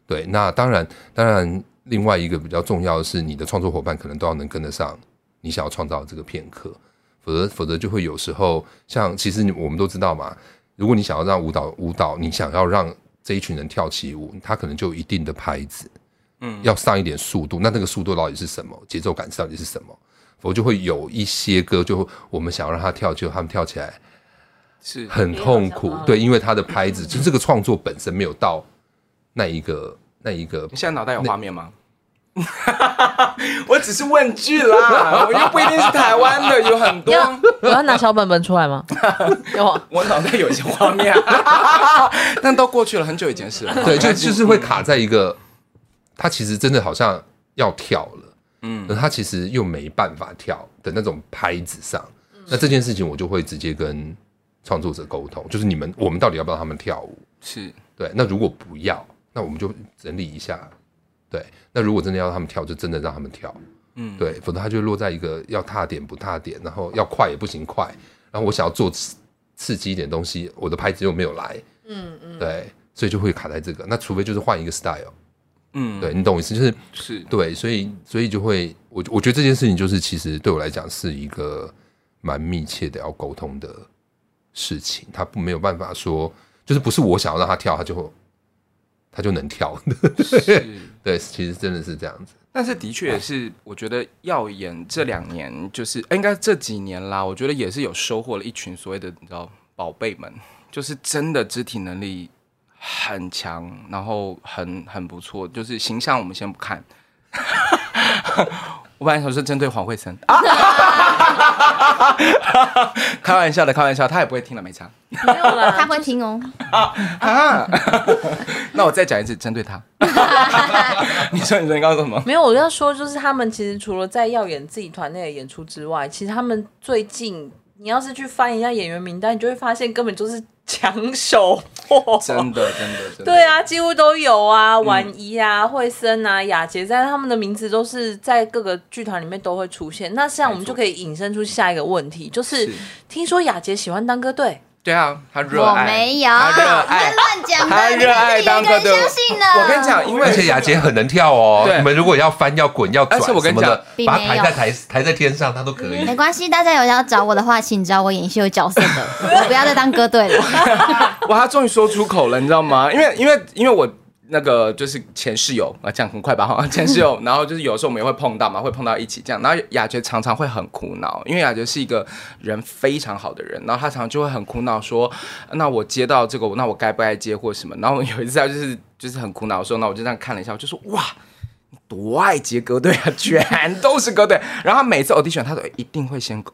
S3: 对，那当然当然，另外一个比较重要的是，你的创作伙伴可能都要能跟得上你想要创造的这个片刻，否则否则就会有时候像其实你我们都知道嘛，如果你想要让舞蹈舞蹈，你想要让这一群人跳起舞，他可能就有一定的拍子，嗯，要上一点速度，那那个速度到底是什么？节奏感到底是什么？否则就会有一些歌，就我们想要让他跳，就他们跳起来
S2: 是
S3: 很痛苦，对，嗯因为他的拍子，就这个创作本身没有到那一个那一个
S2: 你现在脑袋有画面吗？ 我只是问句 啦，我又不一定是台湾的，有很多。
S1: 要我要拿小本本出来 吗？啊要我
S2: 我脑袋有一些画面、 啊，但都过去了很久以前事了。
S3: 对，就就是会卡在一个，他其实真的好像要跳了，嗯，可他其实又没办法跳的那种拍子上。那这件事情我就会直接跟创作者沟通，就是你们我们到底要不要让他们跳舞？
S2: 是
S3: 对，那如果不要，那我们就整理一下。对，那如果真的要他们跳，就真的让他们跳。嗯，对，否则他就会落在一个要踏点不踏点，然后要快也不行快，然后我想要做刺刺激一点东西，我的拍子又没有来。嗯嗯，对，所以就会卡在这个。那除非就是换一个 style。
S2: 嗯
S3: 对你懂我意思，就是
S2: 是
S3: 对，所以所以就会，我我觉得这件事情就是，其实对我来讲是一个蛮密切的要沟通的事情，他不没有办法说，就是不是我想要让他跳，他就他就能跳
S2: 是，
S3: 对，其实真的是这样子，
S2: 但是的
S1: 嗯
S2: 确也是，我觉得耀眼这两年就是，哎应该这几年啦，我觉得也是有收获了一群所谓的你知道宝贝们，就是真的肢体能力很强，然后很很不错，就是形象我们先不看。 我本来想说针对黄慧森啊， 开玩笑的，开玩笑，他也不会听了，没差。
S1: 没有啦，
S4: 他会听哦。
S2: 啊，那我再讲一次，针对 他。你说，你说，你刚刚说什么？
S1: 没有，我要说就是他们其实除了在耀演自己团内的演出之外，其实他们最近你要是去翻一下演员名单，你就会发现根本就是抢手货。
S2: 真的，嗯真的，真的。
S1: 对啊，几乎都有啊，婉仪啊、惠森啊、雅洁，在他们的名字都是在各个剧团里面都会出现。那这样我们就可以引申出下一个问题，就是
S2: 是
S1: 听说雅洁喜欢当歌队，
S2: 对啊，他热
S4: 我
S2: 爱，
S4: 没有，
S2: 他
S4: 你
S2: 热
S4: 在
S2: 爱。
S4: 乱讲的，
S2: 他
S4: 你
S2: 热爱
S4: 看
S2: 当
S4: 自己
S2: 歌
S4: 一个
S2: 队
S4: 人相信呢。
S2: 我跟你讲，因为
S3: 而且雅洁很能跳哦，
S2: 对
S3: 你们如果要翻、要滚、要转
S2: 而且我跟
S3: 什
S2: 你
S3: 么
S2: 讲
S3: 的，
S4: 并
S3: 把
S4: 没
S3: 它
S4: 有
S3: 抬在台抬在天上，它都可以。
S4: 没关系，大家有要找我的话，请找我演戏有角色的，我不要再当歌队了。
S2: 哇，他终于说出口了，你知道吗？因为因为因为我那个就是前室友啊，这样很快吧哈，前室友，然后就是有时候我们也会碰到嘛，会碰到一起这样，然后雅洁常常会很苦恼，因为雅洁是一个人非常好的人，然后她常常就会很苦恼说，那我接到这个，那我该不该接或什么？然后有一次她就是就是很苦恼的时候，那我就这样看了一下，我就说哇。你多爱接歌队啊，全都是歌队。然后她每次 audition，他都一定会先勾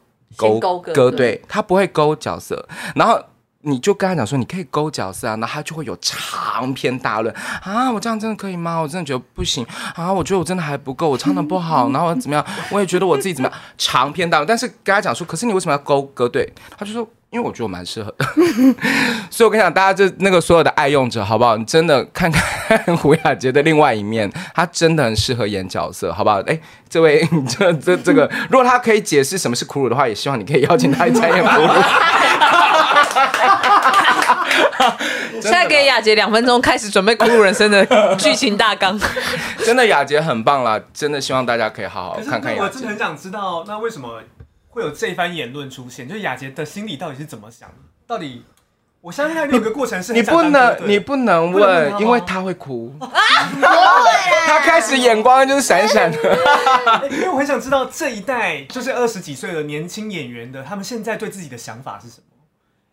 S1: 先勾歌
S2: 歌
S1: 队
S2: 队，他不会勾角色。然后你就跟他讲说，你可以勾角色啊，然后他就会有长篇大论啊，我这样真的可以吗？我真的觉得不行啊，我觉得我真的还不够，我唱的不好，然后怎么样？我也觉得我自己怎么样，长篇大论。但是跟他讲说，可是你为什么要勾歌队？他就说。因为我觉得我蛮适合的，所以我跟你讲，大家就那个所有的爱用者，好不好？你真的看看胡雅洁的另外一面，她真的很适合演角色，好不好？哎、这位 这这这个，如果她可以解释什么是苦乳的话，也希望你可以邀请她一起来演苦乳。
S1: 现在给雅洁两分钟开始准备《苦鲁人生》的剧情大纲。
S2: 真的雅洁很棒啦，真的希望大家可以好好
S5: 可是
S2: 看看
S5: 我
S2: 雅
S5: 真
S2: 洁
S5: 的。很想知道，那为什么会有这一番言论出现？就是雅洁的心里到底是怎么想的？到底我相信他有个过程是
S2: 你
S5: 很想
S2: 不
S5: 当
S2: 能
S5: 歌，队
S2: 你不能
S5: 不能问他
S2: 问，
S5: 吗
S2: 因为他会哭。
S4: 啊不会啦，
S2: 他开始眼光就是闪闪 的。
S5: 欸因为我很想知道这一代就是二十几岁的年轻演员的，他们现在对自己的想法是什么？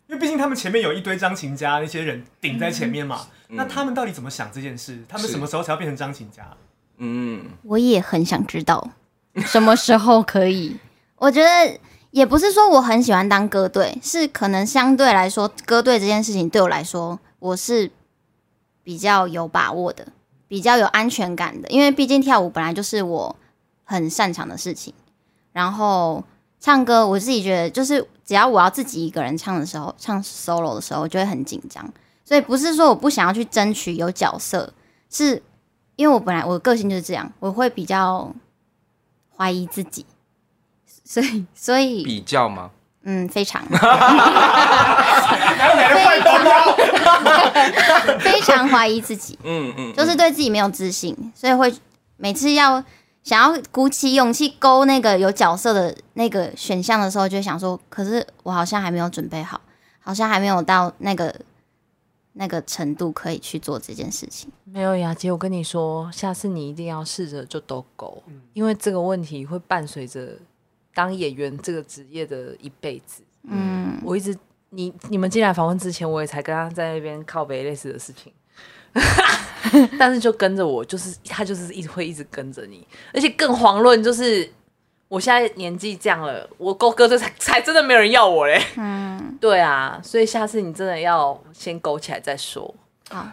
S5: 因为毕竟他们前面有一堆张琴家那些人顶在前面嘛，那他们到底怎么想这件事？他
S2: 嗯
S5: 们
S2: 是
S5: 什么时候才要变成张琴家？
S2: 嗯，
S4: 我也很想知 道什么时候可以。 我觉得也不是说我很喜欢当歌队，是可能相对来说，歌队这件事情对我来说，我是比较有把握的，比较有安全感的，因为毕竟跳舞本来就是我很擅长的事情，然后唱歌，我自己觉得就是只要我要自己一个人唱的时候，唱 solo 的时候，我就会很紧张。所以不是说我不想要去争取有角色，是因为我本来我的个性就是这样，我会比较怀疑自己，所以所以
S2: 比较吗？
S4: 嗯，非常
S5: 还有哪个坏蛋吗？
S4: 非常怀疑自己，
S2: 嗯嗯，
S4: 就是对自己没有自信，所以会每次要想要鼓起勇气勾那个有角色的那个选项的时候，就会想说，可是我好像还没有准备好，好像还没有到那个那个程度可以去做这件事情。
S1: 没有雅洁，我跟你说，下次你一定要试着就都勾，因为这个问题会伴随着当演员这个职业的一辈子。
S4: 嗯，
S1: 我一直，你你们进来访问之前，我也才跟他在那边靠北类似的事情， 但是就跟着我，就是他就是一直会一直跟着你，而且更遑论就是我现在年纪这样了，我勾哥这才才真的没有人要我嘞。嗯，对啊，所以下次你真的要先勾起来再说。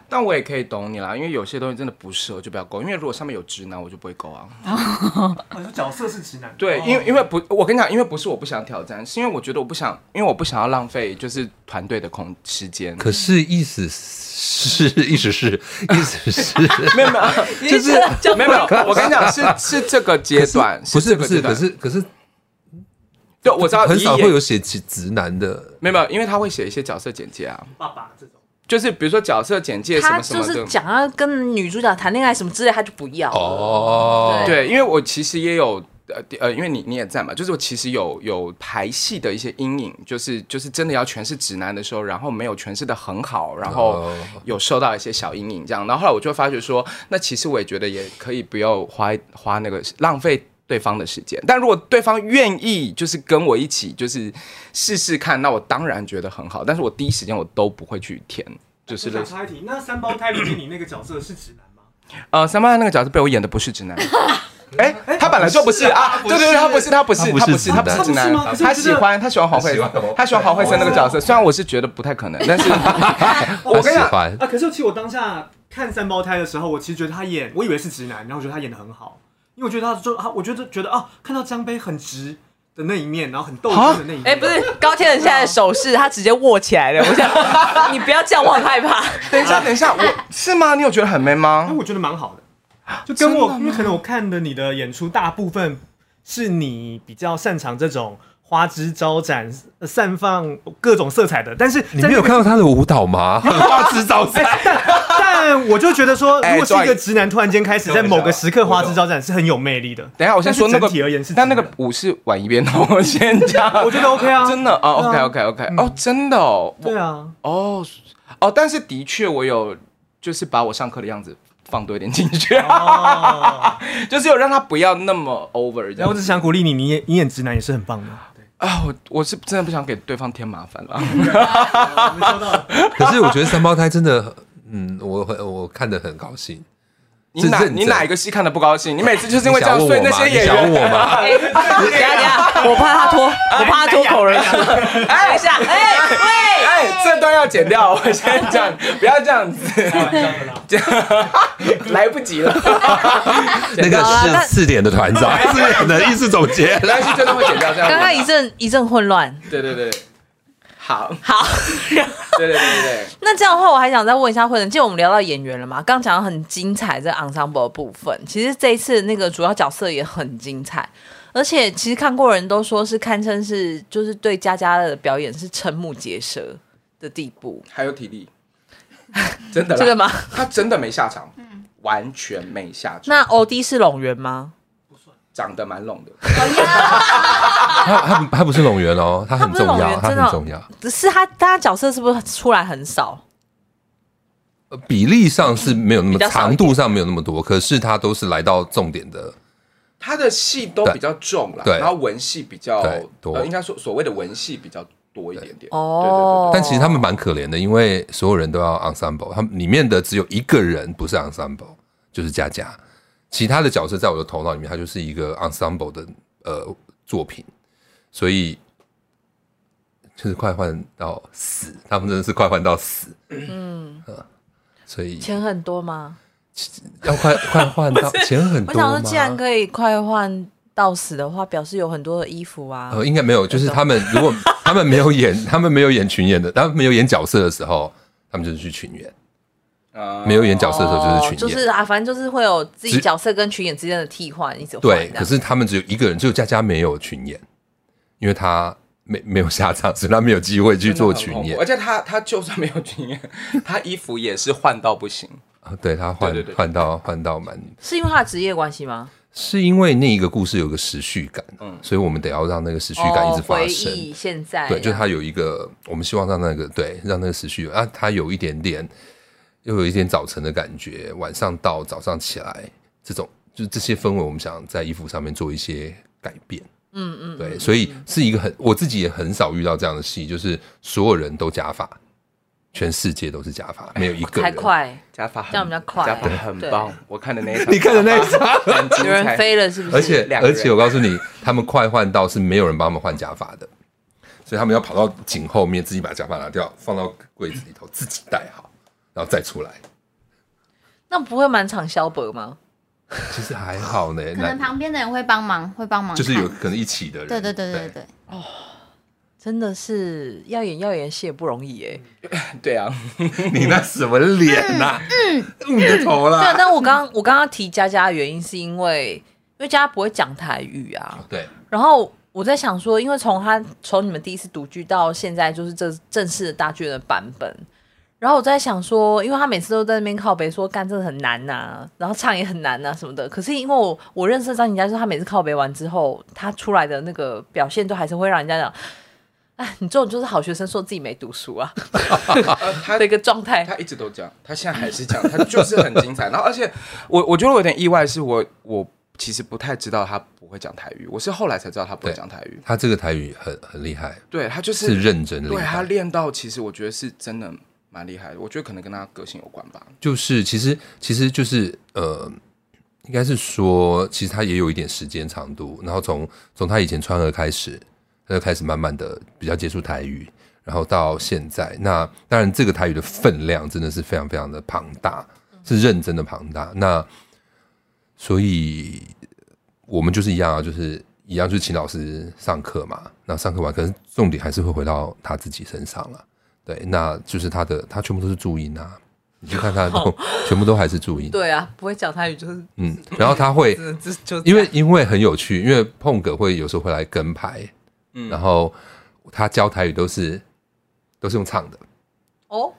S2: 但我也可以懂你啦，因为有些东西真的不适合就不要勾，因为如果上面有直男，我就不会勾啊。
S4: 哦
S5: 我哦说角色是直男，
S2: 对，
S5: 哦
S2: 因为因为不，我跟你讲，因为不是我不想挑战，是因为我觉得我不想，因为我不想要浪费就是团队的空时间。
S3: 可是意思是，意思是，意思是，
S2: 没有没有，就是没有没有，我跟你讲是是这个阶段，
S3: 不是
S2: 这
S3: 不
S2: 个
S3: 是，
S2: 阶段
S3: 可是可是，
S2: 对，我知道
S3: 很少
S2: 以演
S3: 会有写直直男的，
S2: 没有没有，因为他会写一些角色简介啊，
S5: 爸爸这种，
S2: 就是比如说角色简介什
S1: 他
S2: 么什
S1: 就
S2: 么
S1: 是
S2: 的。
S1: 讲要跟女主角谈恋爱什么之类，他就不要
S3: 哦
S2: 对，因为我其实也有呃呃，因为你你也在嘛，就是我其实有有排戏的一些阴影，就是就是真的要诠释直男的时候，然后没有诠释的很好，然后
S3: 哦
S2: 有受到一些小阴影这样。然后后来我就发觉说，那其实我也觉得也可以不要花花那个浪费。对方的时间，但如果对方愿意，就是跟我一起，就是试试看，那我当然觉得很好。但是我第一时间我都不会去填，就是
S5: 我想插一题，那三胞胎里面你那个角色是直男吗？
S2: 呃，三八那个角色被我演的不是直男，哎，他本来就不是啊，对对对，他不是，他不是，
S3: 他不
S2: 他
S3: 是
S2: 不是，他
S3: 直男
S2: 不是直
S5: 他不是吗
S2: 男，
S5: 可是
S2: 他
S5: 我觉
S2: 喜
S5: 得
S2: 欢他喜欢黄慧
S3: 他喜欢黄，
S2: 他喜欢黄慧生那个角色。虽然我是觉得不太可能，但是我
S3: 他
S2: 跟
S3: 喜
S2: 你讲，
S3: 欢
S5: 啊，可是其实我当下看三胞胎的时候，我其实觉得他演，我以为是直男，然后我觉得他演的很好，因为我觉得他就他，我觉得觉得啊，看到江杯很直的那一面，然后很斗志的那一面，
S1: 哎、不是高天人现在的手势，他直接握起来了。我想，你不要这样，我很害怕。
S2: 等一下，等一下，我是吗？你有觉得很 man
S5: 哎，
S2: 吗？
S5: 我觉得蛮好的，就跟
S2: 真
S5: 我
S2: 的吗
S5: 因为可能我看的你的演出大部分是你比较擅长这种花枝招展、呃散放各种色彩的，但是
S3: 你
S5: 在
S3: 没有
S5: 那个
S3: 看到他的舞 蹈吗？花枝招展，
S5: 但我就觉得说，
S2: 哎
S5: 如果是一个
S2: 转
S5: 直男突然间开始在某个时刻花枝招展，是很有魅力的。
S2: 等一下，我先说那
S5: 但
S2: 个
S5: 是整体而言是，
S2: 但那个
S5: 直男
S2: 舞是晚一边的，我先 讲。
S5: 我觉得 OK 啊，
S2: 真的哦
S5: 对
S2: ，OK
S5: 啊
S2: OK OK，哦，真的哦，我
S5: 对啊，
S2: 哦哦，但是的确我有就是把我上课的样子放多一点进去，
S5: 哦，
S2: 就是有让他不要那么 over 这
S5: 然后
S2: 样
S5: 我只是想鼓励你，你演你演直男也是很棒的。
S2: 啊，我我是真的不想给对方添麻烦了。
S3: 可是我觉得三胞胎真的，嗯，我很我看得很高兴。
S2: 你哪
S3: 这认真
S2: 你哪一个戏看的不高兴？你每次就是因为
S3: 你
S2: 这
S3: 想
S2: 样，
S3: 问
S2: 所以
S3: 我
S2: 那
S3: 吗？
S2: 些
S3: 你
S2: 演
S3: 想问
S2: 员
S3: 我吗？
S1: 哎、等一下等一下，我怕他脱，我怕他脱口而出。等一下，哎、喂，
S2: 哎，这段要剪掉，我 先讲，不要这样子， 这样来不及了。
S3: 那
S2: 剪掉
S3: 个
S1: 好了那
S3: 是四点的 团长，四点的艺术总监。
S2: 但是真的会剪掉这样子。
S1: 刚刚一阵一阵混乱。
S2: 对对对，对好，
S1: 好，
S2: 对对对对
S1: 那这样的话，我还想再问一下慧仁，既然我们聊到演员了嘛，刚讲到很精彩这个 ensemble 的部分，其实这一次那个主要角色也很精彩，而且其实看过人都说是堪称是就是对佳佳的表演是瞠目结舌的地步，
S2: 还有体力，真的啦
S1: 这个吗？
S2: 他真的没下场，完全没下场，
S1: 那欧弟是龙源吗？
S2: 长得蛮拢的。
S3: 他他不他不是龙源哦，他很重
S1: 他不是龙
S3: 要，
S1: 源
S3: 他
S1: 真的
S3: 很重要。
S1: 只是他他角色是不是出来很少？
S3: 呃比例上是没有那
S1: 比
S3: 么
S1: 较少一
S3: 长
S1: 点
S3: 度上没有那么多，可是他都是来到重点的。
S2: 他的戏都比较重啦，
S3: 对
S2: 然后文戏比较
S3: 对多
S2: 呃，应该说所谓的文戏比较多一点点。
S1: 哦
S2: 对对对对
S3: 但其实他们蛮可怜的，因为所有人都要 ensemble，他们里面的只有一个人不是 ensemble，就是佳佳。其他的角色在我的头脑里面，它就是一个 ensemble 的呃作品，所以就是快换到死，他们真的是快换到死，嗯，所以
S1: 钱很多吗？
S3: 要快快 换到钱很
S1: 我
S3: 多
S1: 想说，
S3: 吗？
S1: 既然可以快换到死的话，表示有很多的衣服啊。
S3: 呃，应该没有，就是他们 如果他们没有演，他们没有演群演的，他们没有演角色的时候，他们就是去群演；
S2: 啊
S3: 没有演角色的时候
S1: 哦
S3: 就是群演。
S1: 就是啊，反正就是会有自己
S3: 只
S1: 角色跟群演之间的替换，一直换
S3: 对，
S1: 这样
S3: 可是他们只有一个人，只有佳佳没有群演，因为她没没有下场，所以她没有机会去做群
S2: 真的很恐
S3: 演
S2: 怖而。且他他就算没有群演，他衣服也是换到不行。
S3: 啊对她换
S2: 对对对
S3: 换到换到蛮，
S1: 是因为他的职业关系吗？
S3: 是因为那一个故事有个时序感，
S2: 嗯
S3: 所以我们得要让那个时序感一直
S1: 哦
S3: 发
S1: 回
S3: 生。
S1: 忆现在
S3: 对，就它有一个，我们希望让那个对，让那个时序有啊，它有一点点，又有一点早晨的感觉，晚上到早上起来这种，就是这些氛围，我们想在衣服上面做一些改变。嗯嗯，对，所以是一个很，我自己也很少遇到这样的戏，就是所有人都假发，全世界都是假发，没有一个
S1: 还
S3: 人。
S1: 快，
S2: 加法很
S1: 这样比较快
S2: 加法很
S1: 对
S2: 棒。我看的那一场，
S3: 你看的那一
S2: 场很精
S1: 有人
S2: 彩。
S1: 飞了是不是？
S3: 而且
S2: 两个
S3: 而
S2: 人
S3: 且我告诉你，他们快换到是没有人帮他们换假发的，所以他们要跑到颈后面自己把假发拿掉，放到柜子里头自己戴好，然后再出来。
S1: 那不会满场消薄吗？
S3: 其实还好呢，
S4: 可
S3: 那
S4: 能旁边的人会帮忙，会帮忙看，
S3: 就是有可能一起的人。
S4: 对对对对对，
S1: 真的是要演要演戏也不容易哎。
S2: 对啊，
S3: 你那什么脸呐、嗯，你的头
S1: 对啊，
S3: 啦。
S1: 但我刚我刚刚提佳佳的原因是因为因为佳佳不会讲台语啊。
S3: 对，
S1: 然后我在想说，因为从他从你们第一次独居到现在，就是这正式的大剧院的版本。然后我在想说，因为他每次都在那边靠北说干真的很难呐、然后唱也很难呐、什么的。可是因为我我认识的张景佳，就是他每次靠北完之后，他出来的那个表现都还是会让人家讲，哎，你这种就是好学生，说自己没读书啊
S2: 呃他
S1: 的一个状态。
S2: 他一直都这样，他现在还是这样，他就是很精彩。然后，而且我我觉得我有点意外，是我我其实不太知道他不会讲台语，我是后来才知道他不会
S3: 对
S2: 讲台语。
S3: 他这个台语很很厉害，
S2: 对他就是
S3: 认真厉
S2: 对他
S3: 害。
S2: 练到，其实我觉得是真的蛮厉害的。我觉得可能跟他个性有关吧。
S3: 就是其实其实就是呃，应该是说，其实他也有一点时间长度，然后从从他以前川儿开始，他就开始慢慢的比较接触台语，然后到现在，那当然这个台语的分量真的是非常非常的庞大，是认真的庞大。那所以我们就是一样啊，就是一样去请老师上课嘛，那上课完，可是重点还是会回到他自己身上了。对，那就是他的，他全部都是注音啊，你去看他的动，全部都还是注音。
S1: 对啊，不会讲台语就是
S3: 嗯，然后他会，
S1: 只只就
S3: 因为因为很有趣，因为碰哥会有时候会来跟拍，
S1: 嗯
S3: 然后他教台语都是都是用唱的，
S1: 哦，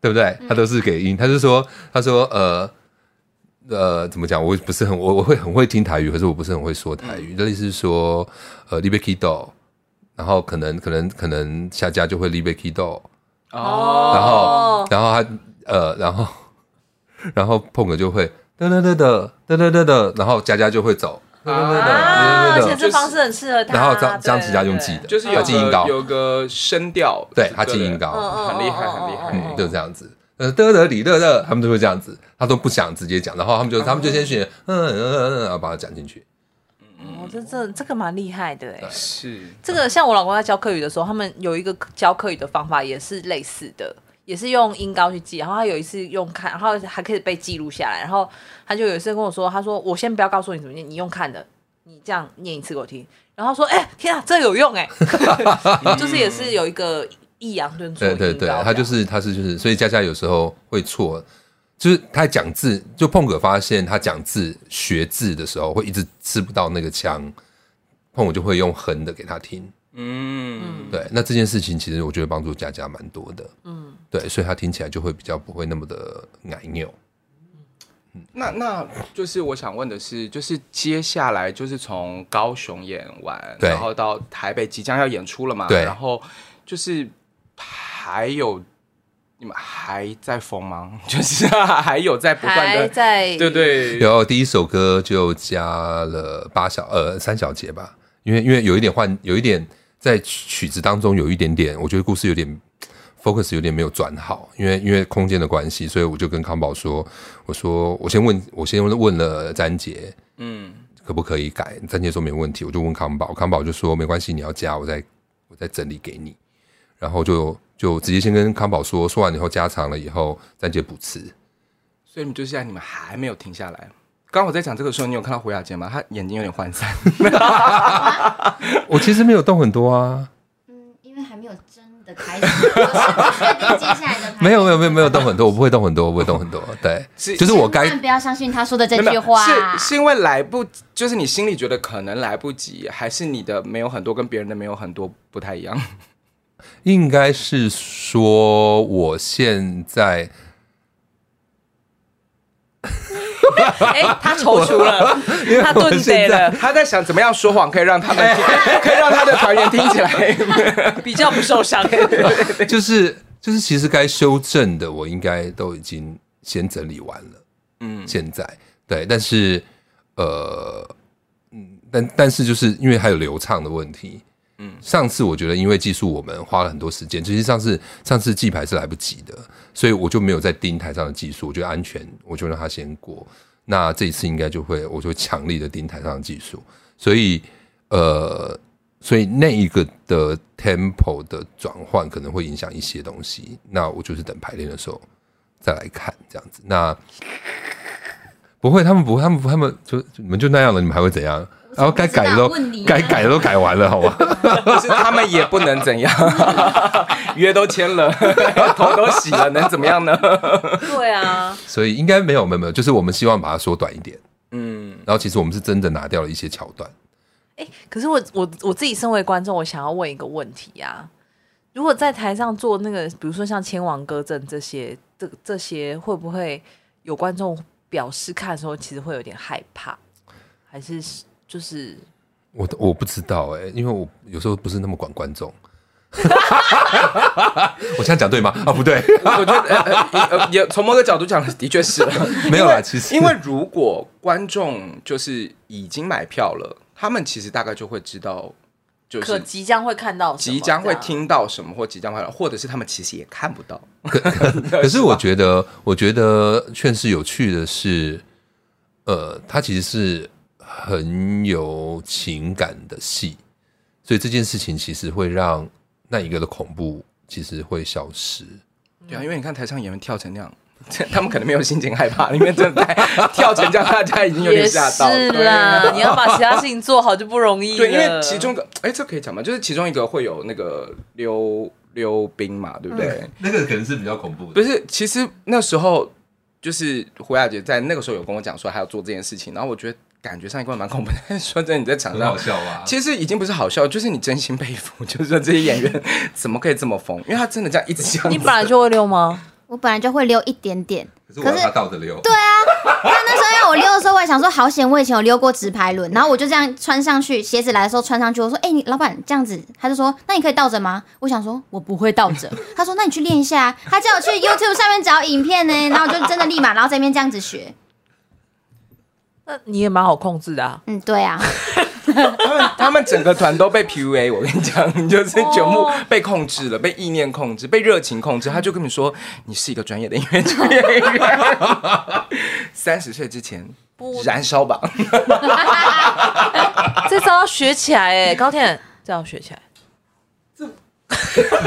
S3: 对不对？
S1: 嗯
S3: 他都是给音，他就说他说呃呃怎么讲？我不是很我我会很会听台语，可是我不是很会说台
S1: 嗯
S3: 语。的意思是说呃 libe kido，然后可能可能可能下家就会 libe kido，
S2: 哦，
S3: 然后
S1: 哦，
S3: 然后他呃，然后然后碰哥就会噔噔噔噔噔噔噔噔，然后佳佳就会走噔噔噔噔
S1: 啊，而
S3: 噔噔
S1: 且
S3: 噔，
S1: 这方式很适合他。
S3: 然后张张琪佳用记
S1: 记
S3: 的，
S2: 就是有
S3: 他记音
S2: 个
S3: 高，
S2: 有个声调，
S3: 对他记音
S1: 嗯
S3: 高，
S1: 嗯
S2: 很厉害很厉害
S3: 嗯，就这样子。呃，得得里得得，他们就会这样子，他都不想直接讲，然后他们就他们就先选，嗯嗯嗯嗯，然后把它讲进去。嗯
S1: 哦，这这这个蛮厉害的哎。
S2: 是
S1: 这个像我老公在教课语的时候，他们有一个教课语的方法也是类似的，也是用音高去记。然后他有一次用看，然后还可以被记录下来。然后他就有一次跟我说，他说我先不要告诉你怎么念，你用看的，你这样念一次给我听。然后他说，哎、天啊，这有用 哎、就是也是有一个抑扬顿挫。
S3: 对嗯对对，他就是他是就是，所以佳佳有时候会错，就是他讲字，就碰哥发现他讲字学字的时候会一直吃不到那个腔，碰我就会用哼的给他听。
S2: 嗯，
S3: 对，那这件事情其实我觉得帮助佳佳蛮多的。嗯，对，所以他听起来就会比较不会那么的奶扭。
S2: 那那就是我想问的是，就是接下来就是从高雄演完，
S3: 对
S2: 然后到台北即将要演出了嘛，
S3: 对
S2: 然后就是还有你们还在疯吗？ 就是还有在不断
S1: 还
S2: 的，
S1: 在
S2: 对对，
S3: 然后第一首歌就加了八小呃三小节吧，因为因为有一点换，有一点在曲子当中有一点点，我觉得故事有点 focus 有点没有转好，因为因为空间的关系，所以我就跟康宝说，我说我先问我先问了詹杰
S2: 嗯，
S3: 可不可以改，詹杰说没问题，我就问康宝，康宝就说没关系，你要加我再我再整理给你，然后就就直接先跟康宝说，说完以后加长了以后，詹杰补词。
S2: 所以你们就现在你们还没有停下来。刚我在讲这个时候，你有看到胡雅洁吗？她眼睛有点涣散。
S3: 我其实没有动很多啊。
S4: 嗯，因为还没有真的开始，我是不确定接下来的排
S3: 没有没有没有没有 动很多，我不会动很多，我不会动很多。对，
S2: 是
S3: 就是我该
S4: 千万不要相信他说的这
S2: 没
S4: 句
S2: 有，
S4: 话。
S2: 是是因为来不，就是你心里觉得可能来不及，还是你的没有很多跟别人的没有很多不太一样？
S3: 应该是说我现在
S1: 哎、他踌躇了，他
S3: 我
S1: 顿得
S3: 现在
S1: 了，
S2: 他在想怎么样说谎可以让他们，可以让他的团员听起来。
S1: 比较不受 伤。
S3: 就是就是其实该修正的，我应该都已经先整理完了。
S2: 嗯，
S3: 现在对，但是呃嗯，但但是就是因为还有流畅的问题。嗯，上次我觉得因为技术我们花了很多时间，其实上次上次记牌是来不及的，所以我就没有在盯台上的技术，我觉得安全，我就让它先过。那这一次应该就会，我就会强力的盯台上的技术，所以呃，所以那一个的 tempo 的转换可能会影响一些东西。那我就是等排练的时候再来看这样子。那不会，他们不会，他们不，他们就就你们就那样了，你们还会怎样？然后该改的都
S4: 我不知道问你啊
S3: 该改的都改完了，好吗？
S2: 就是他们也不能怎样， 约都签了，头都洗了，能怎么样呢？
S1: 对啊，
S3: 所以应该没有，没有，没有，就是我们希望把它缩短一点。
S2: 嗯，
S3: 然后其实我们是真的拿掉了一些桥段。
S1: 可是我我我自己身为观众，我想要问一个问题呀、如果在台上做那个，比如说像千王歌阵这些，这这些会不会有观众表示看的时候，其实会有点害怕，还是就是
S3: 我我不知道哎、因为我有时候不是那么管观众。 我现在讲对吗？啊，不对，
S2: 我觉得呃呃呃也从某个角度讲，的确是了。
S3: 没有啦。其 实
S2: 因为如果观众就是已经买票了，他们其实大概就会知道，就
S1: 可
S2: 是
S1: 即将会看到什么，
S2: 即将会
S1: 这样，
S2: 听到什么，或即将会，或者是他们其实也看不到。
S3: 可是我觉得，我觉得劝世有趣的是，呃，它其实是很有情感的戏，所以这件事情其实会让那一个的恐怖其实会消失。
S1: 嗯
S2: 对啊，因为你看台上演员跳成那样， 他们可能没有心情害怕，因为真的太跳成这样，大家已经有
S1: 也
S2: 点
S1: 是
S2: 吓到了。对 啊
S1: 啦，你要把其他事情做好就不容易了。
S2: 对，因为其中一个，哎，这可以讲吗？就是其中一个会有那个溜溜冰嘛，对不对？
S1: 嗯
S3: 那个可能是比较恐怖
S2: 不，是，其实那时候就是胡雅姐在那个时候有跟我讲说还要做这件事情，然后我觉得感觉上一关蛮恐怖的。 但是说真的，你在场上
S3: 笑啊
S2: 其实已经不是好笑，就是你真心佩服，就是说这些演员 怎么可以这么疯？因为他真的这样一直这样子。
S1: 你本来就会溜吗？
S4: 我本来就会溜一点点，
S3: 可是我
S4: 可
S3: 让
S4: 是
S3: 它倒着溜。
S4: 他啊那时候要我溜的时候，我还想说好险，我以前有溜过直排轮，然后我就这样穿上去，鞋子来的时候穿上去，我说：“哎、你老板这样子。”他就说：“那你可以倒着吗？”我想说我不会倒着，他说：“那你去练一下啊。”他叫我去 YouTube 上面找影片呢，然后我就真的立马，然后在那边这样子学。
S1: 那你也蛮好控制的啊。
S4: 嗯，对啊，
S2: 他们他们整个团都被 PUA，我跟你讲，就是全部被控制了，被意念控制，被热情控制。他就跟你说，你是一个专业的音乐剧演员， 三十岁之前
S1: 不
S2: 燃烧吧。
S1: 这招要学起来哎、高天，这要学起 来。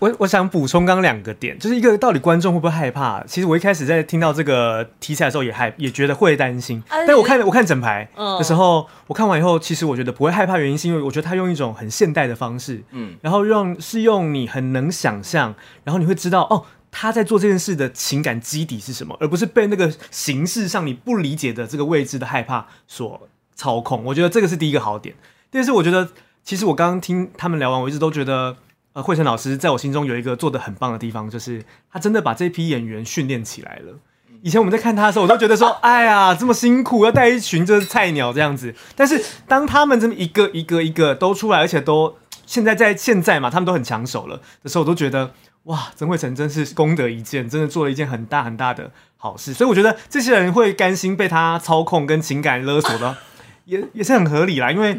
S5: 我我想补充刚刚两个点，就是一个到底观众会不会害怕？其实我一开始在听到这个题材的时候也害，也觉得会担心。
S1: 哎
S5: 但我看我看整排
S1: 嗯
S5: 的时候，我看完以后，其实我觉得不会害怕，原因是因为我觉得他用一种很现代的方式，
S2: 嗯
S5: 嗯，然后用是用你很能想象，然后你会知道哦。他在做这件事的情感基底是什么，而不是被那个形式上你不理解的这个位置的害怕所操控。我觉得这个是第一个好点。但是我觉得，其实我刚刚听他们聊完，我一直都觉得，呃，惠成老师在我心中有一个做的很棒的地方，就是他真的把这批演员训练起来了。以前我们在看他的时候，我都觉得说，哎呀，这么辛苦，要带一群就是菜鸟这样子。但是当他们这么一个一个一个都出来，而且都现在在现在嘛，他们都很抢手了的时候，我都觉得哇，曾慧成真是功德一件，真的做了一件很大很大的好事。所以我觉得这些人会甘心被他操控跟情感勒索的，也也是很合理啦，因为。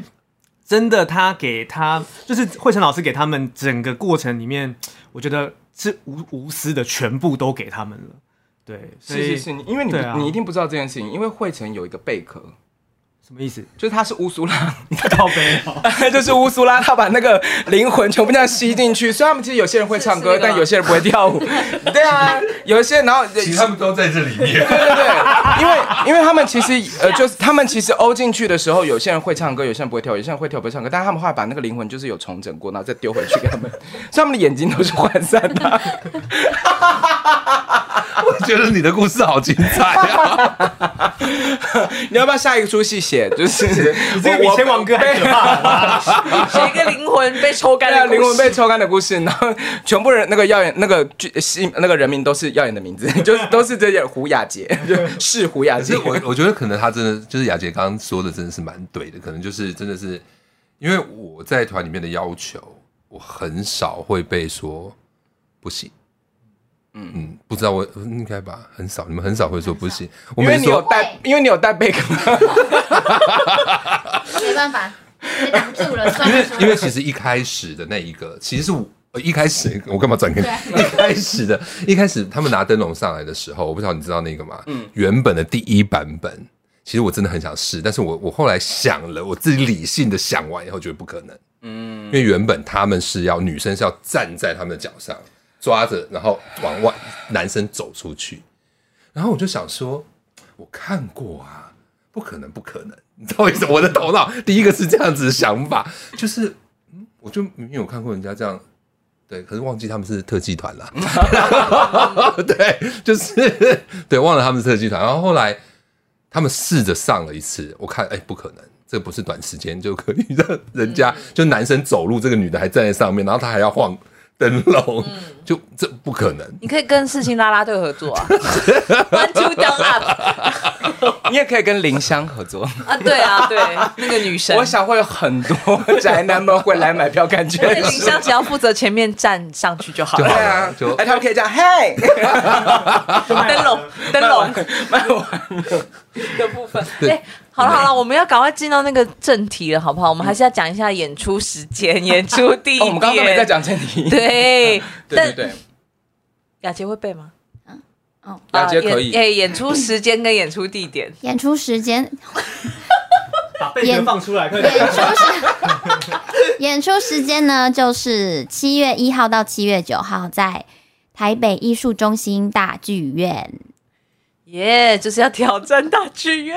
S5: 真的，他给他就是惠成老师给他们整个过程里面，我觉得是无无私的，全部都给他们了。对，所
S2: 是
S5: 以
S2: 是是，你因为你、
S5: 对啊
S2: 你一定不知道这件事情，因为惠成有一个贝壳，
S5: 什么意思？
S2: 就是他是乌苏拉，
S5: 靠背、
S2: 就是乌苏拉，他把那个灵魂全部这样吸进去。虽然他们其实有些人会唱歌，
S1: 是是那个吗
S2: 但有些人不会 跳舞。对啊，有一些然后呃
S3: 其实他们都在这里面。
S2: 对对对，因为因为他们其实 呃，就是他们其实欧进去的时候，有些人会唱歌，有些人不会跳，有些人会跳不会唱歌，但是他们后来把那个灵魂就是有重整过，然后再丢回去给 他们，所以他们的眼睛都是涣散的。
S3: 我觉得你的故事好精 彩啊！
S2: 你要不要下一个出戏写？就是
S5: 你这个比前网哥还可怕。
S1: 写一个灵魂被抽干
S2: 对啊，
S1: 的
S2: 灵
S1: 故
S2: 魂
S1: 事
S2: 被抽干的故事，然后全部人那个耀眼那个剧戏那个人名都是耀眼的名字， 就是都是这些胡雅杰， 就是胡雅
S3: 可
S2: 杰
S3: 是。 我我觉得可能他真的就是雅杰刚刚说的，真的是蛮对的。可能就是真的是，因为我在团里面的要求，我很少会被说不行。嗯嗯，不知道我应该吧，很少，你们很少会说不行。我
S2: 因为
S3: 们
S2: 你有
S3: 说
S2: 带，因为你有带贝壳，
S4: 没办法，被挡住了，算，
S3: 因为因为其实一开始的那一个，其实是我呃一开始我干嘛转给你？ 一开始的，一开始他们拿灯笼上来的时候，我不知道你知道那个吗？嗯，原本的第一版本，其实我真的很想试，但是我我后来想了，我自己理性的想完以后，觉得不可能。嗯，因为原本他们是要女生是要站在他们的脚上抓着，然后往外男生走出去，然后我就想说，我看过啊，不可能，不可能，你知道为什么？我的头脑第一个是这样子的想法，就是，嗯，我就没有看过人家这样，对，可是忘记他们是特技团啦， 对，就是对，忘了他们是特技团，然后后来他们试着上了一次，我看，哎，不可能。这不是短时间就可以让人
S1: 嗯
S3: 家就男生走路，这个女的还站在上面，然后她还要晃灯笼，
S1: 嗯
S3: 就这不可能。
S1: 你可以跟四星啦啦队合作啊 ，One Two Down Up
S2: 你也可以跟林香合 作。
S1: 啊，对啊，对，那个女神，
S2: 我想会有很多宅男们会来买票， 感觉
S1: 对林香只要负责前面站上去就好
S2: 对
S1: 了，
S2: 啊
S3: 就，
S2: 哎，他们可以这样， 嘿，
S1: 灯笼灯笼
S2: 卖完
S1: 的部分。
S3: 对
S1: 哎，好了好了，我们要赶快进到那个正题了，好不好？我们还是要讲一下演出时间、演出地
S2: 哦
S1: 点。
S2: 我们 刚刚都没在。讲正题。
S1: 对，
S2: 对对
S1: 但
S2: 对，
S1: 雅洁会背吗？
S2: 了解
S1: 呃演
S2: 可以
S1: 诶、演出时间跟演出地点
S4: 演出时间，
S5: 把贝壳放出来，快
S4: 演
S5: 点！
S4: 出时 演出时间呢，就是七月一号到七月九号，在台北艺术中心大剧院。
S1: 耶、就是要挑战大剧院。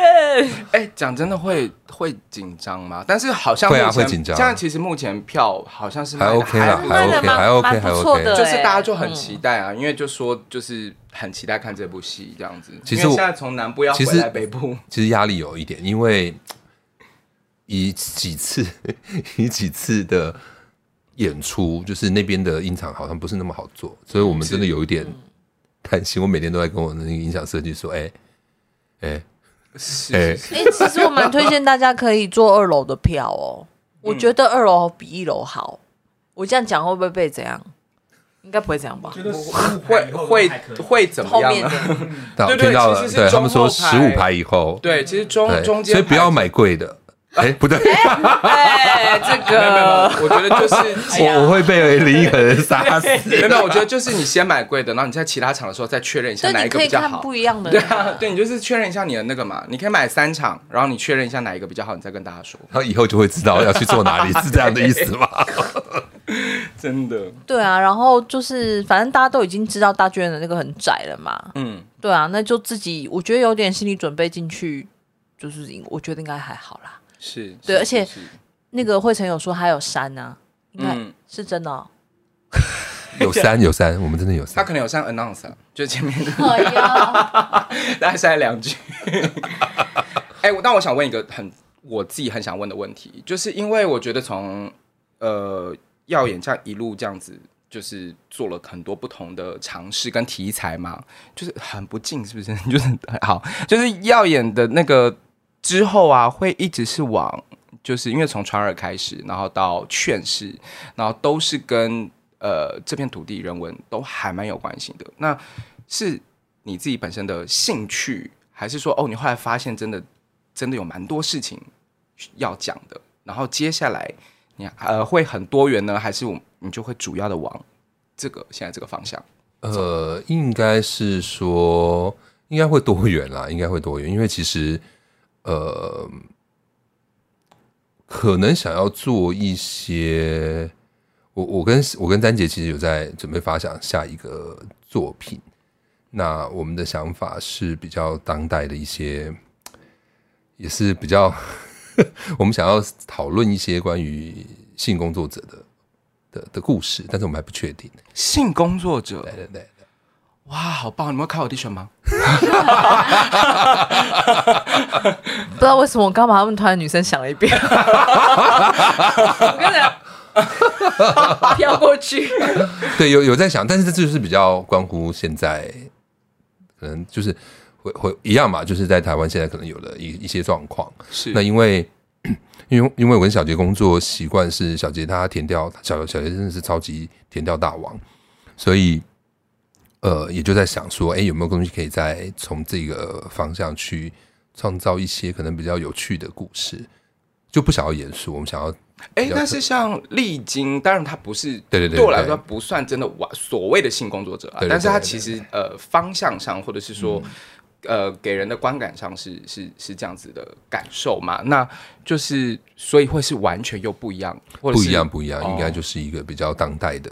S2: 哎，讲真的会会紧张吗？但是好像
S3: 会啊
S2: 目前
S3: 会紧张
S2: 现在其实目前票好像是
S3: 还
S2: 卖得
S3: OK 啦
S2: 不
S3: 还
S1: 卖得
S3: OK，
S1: 蛮
S3: 还 OK，
S1: 蛮
S3: 还
S1: 不
S3: OK
S1: 错的欸，
S2: 就是大家就很
S1: 嗯
S2: 期待啊，因为就说就是很期待看这部戏这样子。
S3: 其实
S2: 因为
S3: 我
S2: 现在从南部要
S3: 其
S2: 回
S3: 实哎
S2: 来北部，
S3: 其实压力有一点，因为以几次 以几次的演出，就是那边的音场好像不是那么好做，所以我们真的有
S2: 嗯
S3: 一点担心。我每天都在跟我那个音响设计说：“哎、哎、
S2: 是是
S3: 哎、
S2: 是
S1: 哎、其实我蛮推荐大家可以做二楼的票哦，
S2: 嗯
S1: 我觉得二楼比一楼好。我这样讲会不会被怎样？应该不会怎样吧？
S2: 会会会怎么
S1: 后
S2: 样
S1: 面
S2: 呢？
S1: 的
S3: 到
S2: 对对
S3: 哎听到
S2: 其
S3: 了，
S2: 实是
S3: 对他
S2: 中
S3: 们说
S2: 后
S3: 十
S2: 排
S3: 五排以后，
S2: 对，其实中
S3: 对，
S2: 中间
S3: 哎所以不要
S2: 排啊
S3: 买贵的。哎、不 对，
S1: 哎、这
S2: 没有没有，
S1: 个
S2: 没有我觉得就是。
S3: 我我会被林依晨杀 死。
S2: 没有，没有我觉得就是你先买贵的，然后你在其他场的时候再确认一下
S1: 对，
S2: 哪
S1: 你
S2: 一个
S1: 可以
S2: 比较
S1: 看
S2: 好。
S1: 不一样的
S2: 对
S1: 人
S2: 啊
S1: 啊。，
S2: 对，你就是确认一下你的那个嘛，你可以买三场，然后你确认一下哪一个比较好，你再跟大家说。
S3: 然后以后就会知道要去做哪里，是这样的意思 吗？
S2: 真的，
S1: 对啊，然后就是反正大家都已经知道大剧院的那个很窄了嘛，
S2: 嗯，
S1: 对啊，那就自己我觉得有点心理准备进去，就是应我觉得应该还好啦。
S2: 是，
S1: 对
S2: 是
S1: 而且
S2: 是是
S1: 那个惠成有说还有山啊，应该、
S2: 嗯
S1: 是真的、哦。
S3: 有三有三，我们真的有
S2: 他
S3: 三。
S2: 可能有上 announce，啊就前面
S4: 哎呀，
S2: 大家塞两句。 哎、我但我想问一个很我自己很想问的问题，就是因为我觉得从呃耀眼这样一路这样子，就是做了很多不同的尝试跟题材嘛，就是很不敬，是不 是？就是很好，就是耀眼的那个之后啊，会一直是往。就是因为从传耳开始，然后到劝世，然后都是跟呃这片土地人文都还蛮有关系的。那是你自己本身的兴趣，还是说哦，你后来发现真的真的有蛮多事情要讲的，然后接下来你呃会很多元呢，还是我你就会主要的往这个现在这个方向？
S3: 呃，应该是说应该会多元啦，应该会多元，因为其实呃，可能想要做一些，我我跟我跟丹姐其实有在准备发想下一个作品，那我们的想法是比较当代的一些，也是比较 我们想要讨论一些关于性工作者的。的的故事，但是我们还不确定。
S2: 性工作者
S3: 对，对对，
S2: 哇，好棒！你们考 audition 吗？
S1: 不知道为什么我刚把他们团的女生想了一遍，我跟你讲飘过去。
S3: 对，有有在想，但是这就是比较关乎现在，可能就是会会一样嘛，就是在台湾现在可能有了一一些状况。
S2: 是
S3: 那因为 因为因为我跟小杰工作习惯是小杰他填调小小杰真的是超级填调大王，所以呃也就在想说，哎、有没有东西可以再从这个方向去创造一些可能比较有趣的故事，就不想要严肃，我们想要
S2: 哎
S3: 比，较
S2: 但是像丽晶，当然她不是
S3: 对对对
S2: 对我来
S3: 对
S2: 说她不算真的完所谓的性工作者啊
S3: 对对，对
S2: 但是她
S3: 对对嗯
S2: 其实呃方向上或者是说呃给人的观感上是是是这样子的感受嘛，那就是所以会是完全又不一样，或者
S3: 不
S2: 是
S3: 一样不一样，
S2: 哦
S3: 应该就是一个比较当代的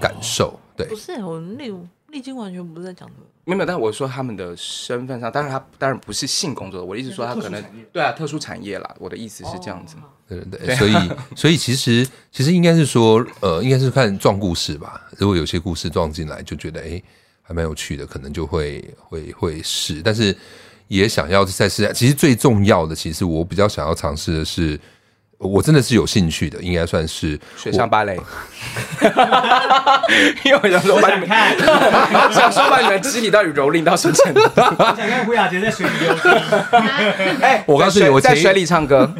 S3: 感受，对
S1: 不。是我历历经完全不是在讲这个。
S2: 没有，没有但我说他们的身份上，当然他当然不是性工作者，我的意思说他可能
S5: 特殊产业哦
S2: 对啊特殊产业啦，我的意思是这样子，
S3: 对对对，所以所以其实其实应该是说，呃，应该是看撞故事吧。如果有些故事撞进来，就觉得诶还蛮有趣的，可能就会会会试。但是也想要再试下。其实最重要的，其实我比较想要尝试的是，我真的是有兴趣的，应该算是
S2: 水上芭蕾， 因为我想说把你们
S5: 看，
S2: 想说把你们肢体到底蹂躏到什么程度？
S5: 我 想看胡雅杰在水里游泳。
S2: 哎，
S3: 我告诉你
S2: 在水
S3: 我前
S2: 在
S3: 一
S2: 水里唱歌，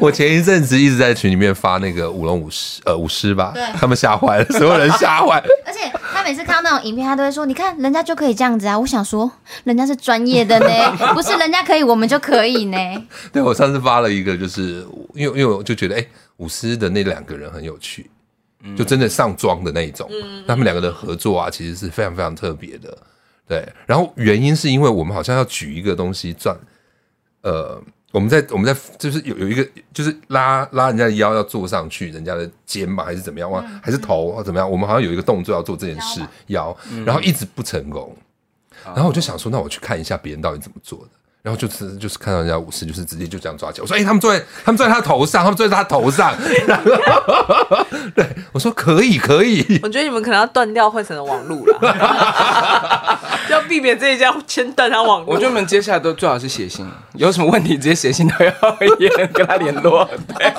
S3: 我前一阵子一直在群里面发那个舞龙舞狮，呃，舞狮吧
S4: 对，
S3: 他们吓坏了，所有人吓坏。
S4: 而且他每次看到那种影片，他都会说：“你看人家就可以这样子啊！”我想说，人家是专业的 呢，不是人家可以，我们就可以呢。
S3: 对我上次发了一个，就是因为因为我就觉得，哎、舞狮的那两个人很有趣，就真的上妆的那一种，那他们两个的合作啊，其实是非常非常特别的。对，然后原因是因为我们好像要举一个东西转，呃，我们在我们在就是有有一个就是拉拉人家的腰要坐上去，人家的肩膀还是怎么样哇，还是头啊或怎么样，我们好像有一个动作要做这件事腰，然后一直不成功，然后我就想说，那我去看一下别人到底怎么做的。然后就是就是看到人家武士，就是直接就这样抓起来。我说：“哎、他们坐在他们坐在他头上，他们坐在他头上。” 然后对我说：“可以，可以。”
S1: 我觉得你们可能要断掉惠成的网 路了，要避免这一家先断他网
S2: 我
S1: 路
S2: 觉。得我们接下来都最好是写信，有什么问题直接写信到 姚言跟他联络。对，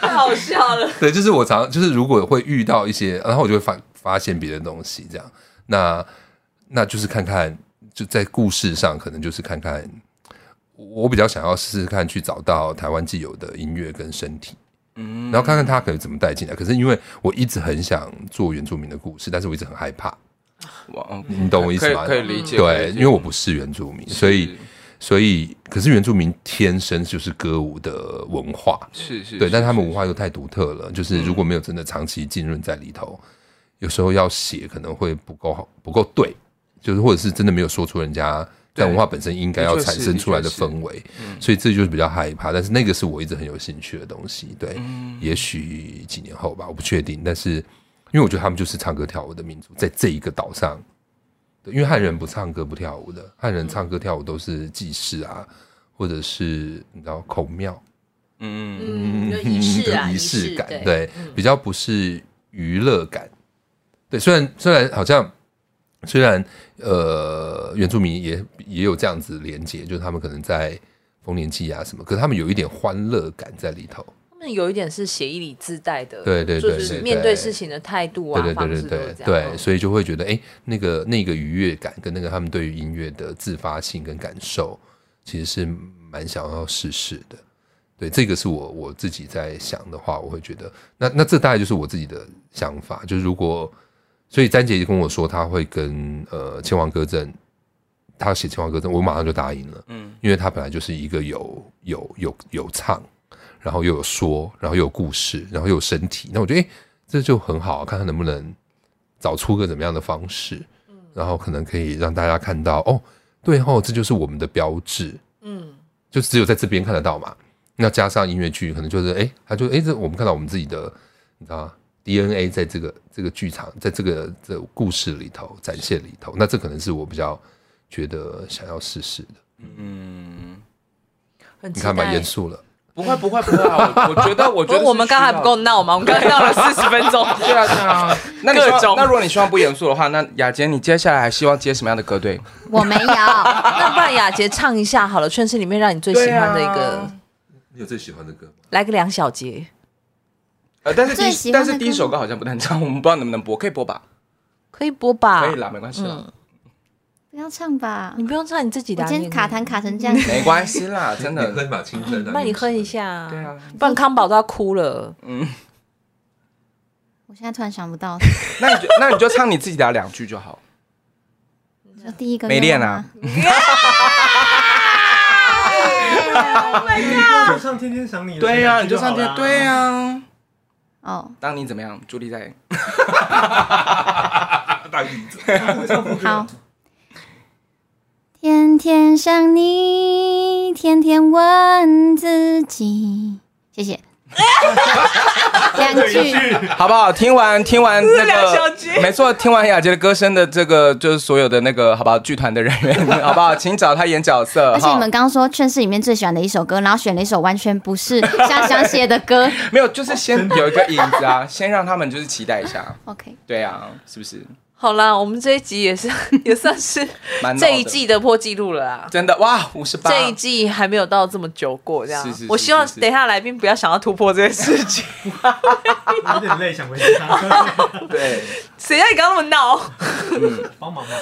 S1: 太好笑了。
S3: 对，就是我常就是如果会遇到一些，然后我就会发发现别的东西，这样，那那就是看看就在故事上，可能就是看看，我比较想要试试看去找到台湾既有的音乐跟身体，嗯，然后看看他可以怎么带进来。可是因为我一直很想做原住民的故事，但是我一直很害怕，
S2: 哇嗯
S3: 你懂我意
S2: 可
S3: 思
S2: 以
S3: 吗？
S2: 可以理解，可以
S3: 对，
S2: 理解
S3: 因为我不是原住民，所以所以可是原住民天生就是歌舞的文化，
S2: 是是，
S3: 对，
S2: 是嗯
S3: 但他们文化又太独特了，就是如果没有真的长期浸润在里头，有时候要写可能会不够好，不够对，就是或者是真的没有说出人家在
S2: 对
S3: 文化本身应该要
S2: 的确
S3: 产
S2: 是
S3: 生
S2: 的
S3: 出来
S2: 确
S3: 的
S2: 是嗯
S3: 氛围，所以这就是比较害怕。但是那个是我一直很有兴趣的东西，对，
S2: 嗯
S3: 也许几年后吧，我不确定，但是因为我觉得他们就是唱歌跳舞的民族，在这一个岛上。对因为汉人不唱歌不跳舞的，汉
S2: 嗯
S3: 人唱歌跳舞都是祭祀啊，或者是你知道孔庙，
S6: 嗯，
S2: 嗯，
S6: 有仪
S3: 嗯
S6: 式
S3: 的
S6: 啊，
S3: 仪
S6: 仪
S3: 式感，
S6: 对，
S3: 对，比较不是娱乐感。对，虽然虽然好像虽然呃，原住民也也有这样子连接，就是他们可能在丰年祭啊什么，可是他们有一点欢乐感在里头。
S1: 他们有一点是协议里自带的，
S3: 对对对
S1: 就
S3: 对
S1: 是
S3: 对
S1: 面对事情的态度啊，
S3: 对对对
S1: 方式都
S3: 对
S1: 是这
S3: 对
S1: 样嗯
S3: 对，所以就会觉得哎、诶那个那个愉悦感跟那个他们对于音乐的自发性跟感受，其实是蛮想要试试的。对，这个是我我自己在想的话，我会觉得那那这大概就是我自己的想法，就是如果所以詹姐就跟我说，她会跟呃千王歌阵，她写千王歌阵，我马上就答应了，嗯，因为她本来就是一个有有有有唱，然后又有说，然后又有故事，然后又有身体，那我觉得哎、诶这就很好，啊看看能不能找出个怎么样的方式，
S1: 嗯
S3: 然后可能可以让大家看到哦，对哦，这就是我们的标志，
S1: 嗯，
S3: 就只有在这边看得到嘛。那加上音乐剧，可能就是哎，他就哎，这我们看到我们自己的，你知道吗 DNA 在这个这个剧场，在这个这个故事里头展现里
S1: 嗯
S3: 头，那这可能是我比较觉得想要试试的。
S1: 很
S3: 你
S1: 期
S3: 看吧，
S1: 待
S3: 严。肃了，
S2: 嗯不会不会不会啊，我我觉得我觉
S1: 不过
S2: 得是
S1: 我们刚才不够闹吗？我们刚才闹了四十分钟。
S2: 需 要。对啊对啊，那你 希
S1: 各种
S2: 望那如果你希望不严肃的话，那雅洁你接下来还希望接什么样的歌队？
S4: 我没有，
S1: 那不然雅洁唱一下好了，圈是里面让你最喜欢的一个，
S2: 对啊
S3: 你有最喜欢的歌吗？
S1: 来个梁小杰。
S2: 呃，但是第
S4: 最
S2: 一
S4: 喜
S2: 但
S4: 欢的歌
S2: 是第一首歌好像不能唱，我们不知道能不能播，可以播吧？
S1: 可以播吧？
S2: 可以啦，没关系
S1: 嗯
S2: 啦，
S4: 不要唱吧
S1: 你。不用唱你自己
S4: 我
S1: 的、啊。
S4: 今天卡
S1: 你
S4: 痰卡成这样子，
S2: 没关系啦，真
S3: 你
S2: 的。
S3: 哼吧，青春啊
S1: 那你哼一。下、啊
S2: 对啊，
S1: 不然康宝都要哭了。
S4: 我现在突然想 不到，
S2: 那你就那你就唱你自己的两句就好。
S4: 你说第一个
S2: 没练
S4: 愿望
S2: 啊
S4: 吗，
S5: 就上天天想你了，
S2: 对呀，你就
S5: 好
S2: 唱
S5: 啦
S2: 这，对呀。
S4: 哦，
S2: 当你怎么样？朱莉在
S4: 好，天天想你，天天问自己，谢谢。两句，
S2: 好不好？听完听完 那
S1: 梁小
S2: 个
S1: 姐，
S2: 没错，听完雅洁的歌声的这个，就是所有的那个，好不好？剧团的人 员，好不好？请找她演角色。
S4: 而且
S2: 哈
S4: 你们刚刚说劝世里面最喜欢的一首歌，然后选了一首完全不是香香写的歌。
S2: 没有，就是先有一个影 子啊，先让他们就是期待一下。
S4: OK，
S2: 对啊，是不是？
S1: 好啦，我们这一集也是 也算是
S2: 蛮闹的
S1: 这一季的破纪录了啦。
S2: 真的哇，五十八
S1: 这一季还没有到这么久过，这样。
S2: 是是是
S1: 我希望
S2: 是是
S1: 等一下来宾不要想要突破这件事 情。
S5: 我有点累，想回家，
S2: 对，
S1: 谁让你刚刚那么闹？
S5: 帮忙吧。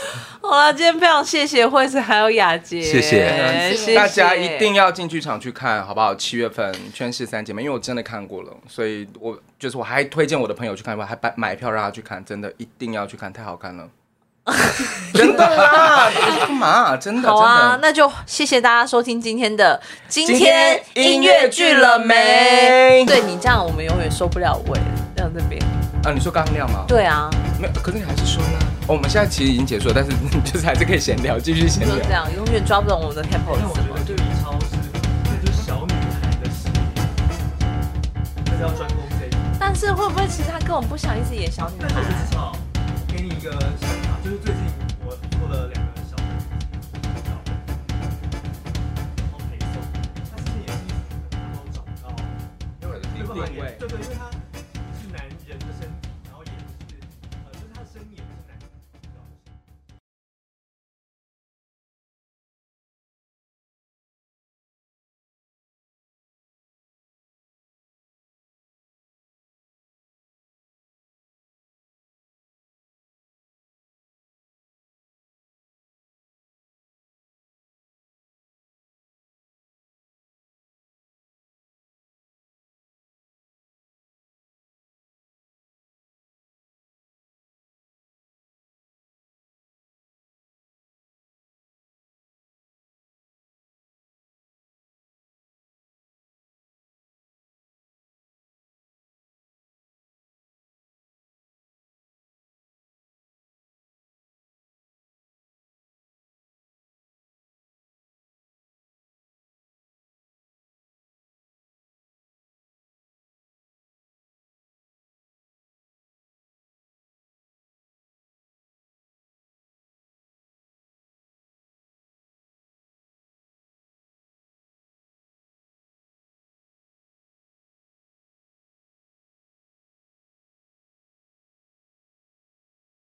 S1: 好啦，今天非常谢谢惠子还有雅洁，
S3: 谢谢
S1: 哎谢
S2: 嗯大家一定要进剧场去看，好不好？七月份《圈是三姐妹》，因为我真的看过了，所以我就是我还推荐我的朋友去看，我还买买票让他去看，真的一定要去看，太好看了。真的啦，干嘛？真的，
S1: 好啊，
S2: 真的。
S1: 那就谢谢大家收听今天的今
S2: 今天音乐剧了没
S1: 对你这样，我们永远收不了尾，让这边。
S2: 啊，你说刚刚那样吗？
S1: 对啊，
S2: 没有，可是你还是说呢？哦我们现在其实已经结束了，但是 就是还是可以闲聊，继续闲
S1: 就
S2: 聊
S1: 这。样，永远抓不懂我们的
S2: 哎
S1: tempo 是
S5: 但我
S1: 什
S5: 觉
S1: 么
S5: 得。对于超市，那就是小女孩的事业，还是要专攻这一块。
S1: 但是会不会其实他根本不想啊一直演小女
S5: 但
S1: 孩
S5: 是？至少给你一个想法，就是最近我做了两个小的小的，然后配送，他之前也是一直然后找不到，没有人对对，因为他呃